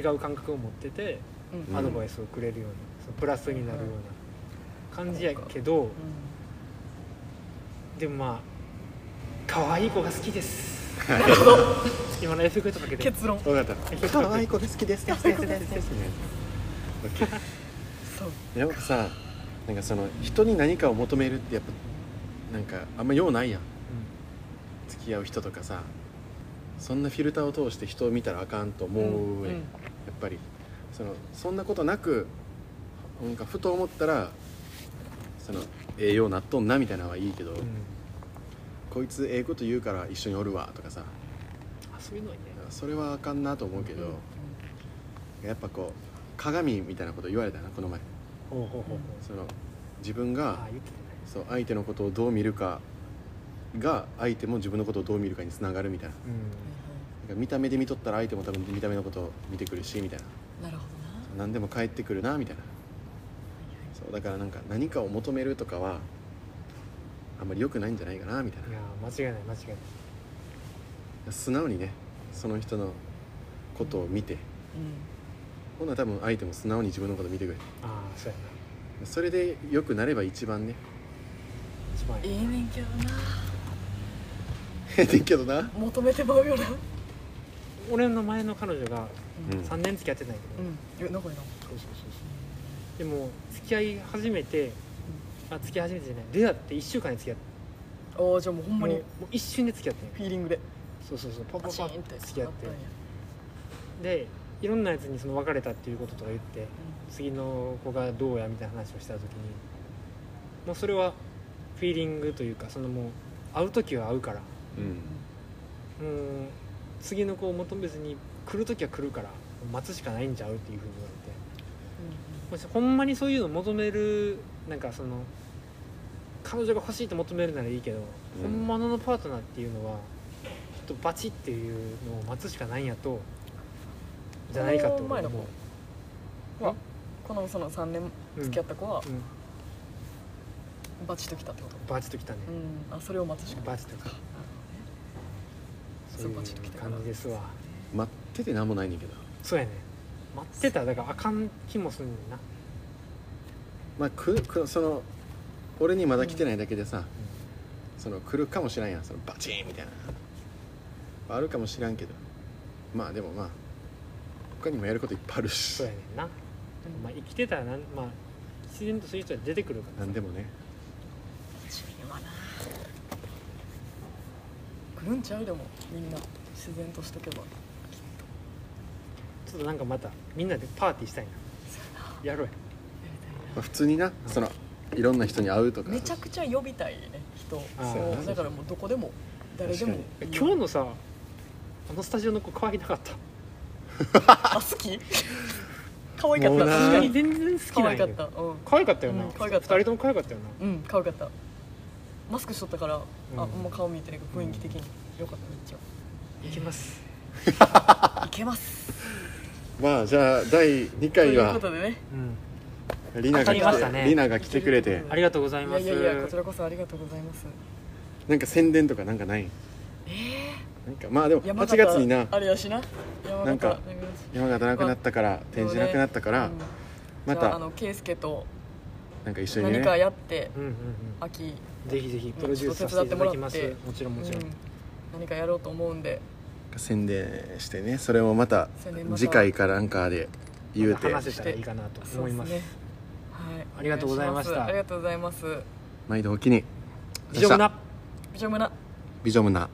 Speaker 1: ど違う感覚を持ってて
Speaker 3: うん
Speaker 2: うん
Speaker 1: アドバイスをくれるような、そのプラスになるような感じやけど、でもまあ可愛い子が好き です
Speaker 3: なるほど
Speaker 1: 今のエフェクトかけて
Speaker 3: 結論
Speaker 2: 分かった可愛い子が好きですですですですですね
Speaker 3: そう
Speaker 2: やっぱさなんかその人に何かを求めるってやっぱなんかあんま用ないやん付き合う人とかさそんなフィルターを通して人を見たらあかんと思う、
Speaker 3: ん
Speaker 2: や
Speaker 3: ん
Speaker 2: っぱりそのそんなことなくなんかふと思ったらその栄養なっとんなみたいなのはいいけど、
Speaker 1: うん、うん
Speaker 2: こいつええこと言うから一緒におるわとかさ
Speaker 1: あそういうのはいいね
Speaker 2: それはあかんなと思うけど、
Speaker 3: うん
Speaker 2: やっぱこう鏡みたいなこと言われたなこの前
Speaker 1: ほうほうほうほう
Speaker 2: その自分が
Speaker 1: ああ言ってたね
Speaker 2: そう相手のことをどう見るかが相手も自分のことをどう見るかにつながるみたいな
Speaker 1: う
Speaker 2: なんか見た目で見とったら相手も多分見た目のことを見てくるしみたいな
Speaker 3: なるほ
Speaker 2: 何でも返ってくるなみたいなそうだからなんか何かを求めるとかはあんまり良くないんじゃないかなみたい
Speaker 1: んいやー間違いない間違いない
Speaker 2: な素直にねその人のことを見て
Speaker 3: ど
Speaker 2: ほ
Speaker 3: な
Speaker 2: んなら多分相手も素直に自分のこと見てくれ
Speaker 1: ああそうやな
Speaker 2: それで良くなれば一番ね
Speaker 1: 一番
Speaker 3: え
Speaker 1: いい
Speaker 3: えねんけどな
Speaker 2: ええねんけどな
Speaker 3: 求めてまうよな
Speaker 1: 俺の前の彼女が
Speaker 2: うん
Speaker 1: 3年付き合ってたんやけど、
Speaker 3: うんいや仲いいな
Speaker 1: そうそうそうそうでも付き合い始めてあ付き合い始めてじゃない出会って1週間で付き合って
Speaker 3: ああじゃあもうほんま
Speaker 1: もう
Speaker 3: に
Speaker 1: もう一瞬で付き合ってん
Speaker 3: フィーリングで
Speaker 1: そうそうそうパパ
Speaker 3: パ
Speaker 1: パ
Speaker 3: チ
Speaker 1: ッ
Speaker 3: ーンって
Speaker 1: て付き合って
Speaker 3: なたんや
Speaker 1: でいろんなやつにその別れたっていうこととか言って次の子がどうやみたいな話をした時にもうそれはフィーリングというかそのもう会う時は会うから
Speaker 2: うん
Speaker 1: もう次の子を求めずに来る時は来るから待つしかないんちゃうっていうふうに言われてもしほんまにそういうの求めるなんかその彼女が欲しいと求めるならいいけど、
Speaker 2: うん
Speaker 1: 本物のパートナーっていうのはちょっとバチっていうのを待つしかないんやとじゃないかと
Speaker 3: この
Speaker 1: 思
Speaker 3: 前
Speaker 1: う
Speaker 3: の子はこのその3年
Speaker 1: うん
Speaker 3: 付き合った子は
Speaker 1: うん
Speaker 3: バチッときたってこと
Speaker 1: バチときたね、
Speaker 3: うんあそれを待つしかな
Speaker 1: バ
Speaker 3: い
Speaker 1: チとかそういう
Speaker 3: そうバチときたから
Speaker 1: 感じですわ
Speaker 2: 待っててなんもないねんけど
Speaker 1: そうやね待ってたらだからあかん気もすんねんな
Speaker 2: まあくくその俺にまだ来てないだけでさ、その来るかもしらんやんそのバチーンみたいなあるかもしらんけどまあでもまあ他にもやることいっぱいあるし
Speaker 1: そうやねんな、まあ、生きてたらなん、まあ、自然とそういう人は出てくるから
Speaker 2: 何でもね
Speaker 3: 自分はな来るんちゃうでもみんな自然としとけば
Speaker 1: ちょっとなんかまたみんなでパーティーしたいなやろうや
Speaker 2: まあ、普通になそのいろんな人に会うとか
Speaker 3: めちゃくちゃ呼びたいね人
Speaker 1: あー
Speaker 3: そうだからもうどこでも誰でもいいよ
Speaker 1: え今日のさあのスタジオの子可愛いなかった
Speaker 3: あ好き可愛かっ
Speaker 2: も
Speaker 3: た
Speaker 2: うな
Speaker 3: 確か
Speaker 1: 全
Speaker 3: に
Speaker 1: 然好き
Speaker 3: 可
Speaker 1: な
Speaker 3: 愛
Speaker 1: ん
Speaker 3: か
Speaker 1: や
Speaker 3: っ
Speaker 1: け
Speaker 3: た
Speaker 1: ど
Speaker 3: うん
Speaker 1: 可愛かったよな、
Speaker 3: うん可愛か
Speaker 1: 2
Speaker 3: った
Speaker 1: 人とも可愛かったよな
Speaker 3: うん可愛かったマスクしとったから、あ
Speaker 1: うん
Speaker 3: もう顔見えてないけど雰囲気的によかっためっち
Speaker 1: いきます
Speaker 3: ゃいけます
Speaker 2: まあじゃあ第2
Speaker 3: と
Speaker 2: 回
Speaker 3: いうこ
Speaker 2: は
Speaker 3: とでね
Speaker 1: うん
Speaker 2: リナが
Speaker 1: 当たりま
Speaker 2: 来、
Speaker 1: してたね
Speaker 2: リナが来てくれて
Speaker 1: ありがとうござい
Speaker 3: い
Speaker 1: ま
Speaker 3: や
Speaker 1: す
Speaker 3: いやいやこちらこそありがとうございます
Speaker 2: なんか宣伝とかなんかないなんかまあでも
Speaker 3: 山
Speaker 2: 8
Speaker 3: 形
Speaker 2: 月にな
Speaker 3: あれやしな山形
Speaker 2: なんか山形なくなったから展示なくなったから、
Speaker 3: うん
Speaker 2: ま
Speaker 3: じゃああ
Speaker 2: た
Speaker 3: の圭介と
Speaker 2: なんか一緒に
Speaker 3: 何
Speaker 2: ね
Speaker 3: かやって
Speaker 1: うんうん
Speaker 3: 秋
Speaker 1: うんぜひぜひプロデュースさせていただきますもちろんもちろん、
Speaker 3: うん何かやろうと思うんで
Speaker 2: 宣伝してねそれをまた
Speaker 3: 宣伝また
Speaker 2: 次回かなんかで言うて
Speaker 1: 話せたらいいかなと思います
Speaker 3: そうですねはい
Speaker 1: ありがとうございました
Speaker 3: お願いしますありがとうございます
Speaker 2: 毎度お気に
Speaker 1: 以上な
Speaker 3: ビジョムナ
Speaker 2: ビジョムな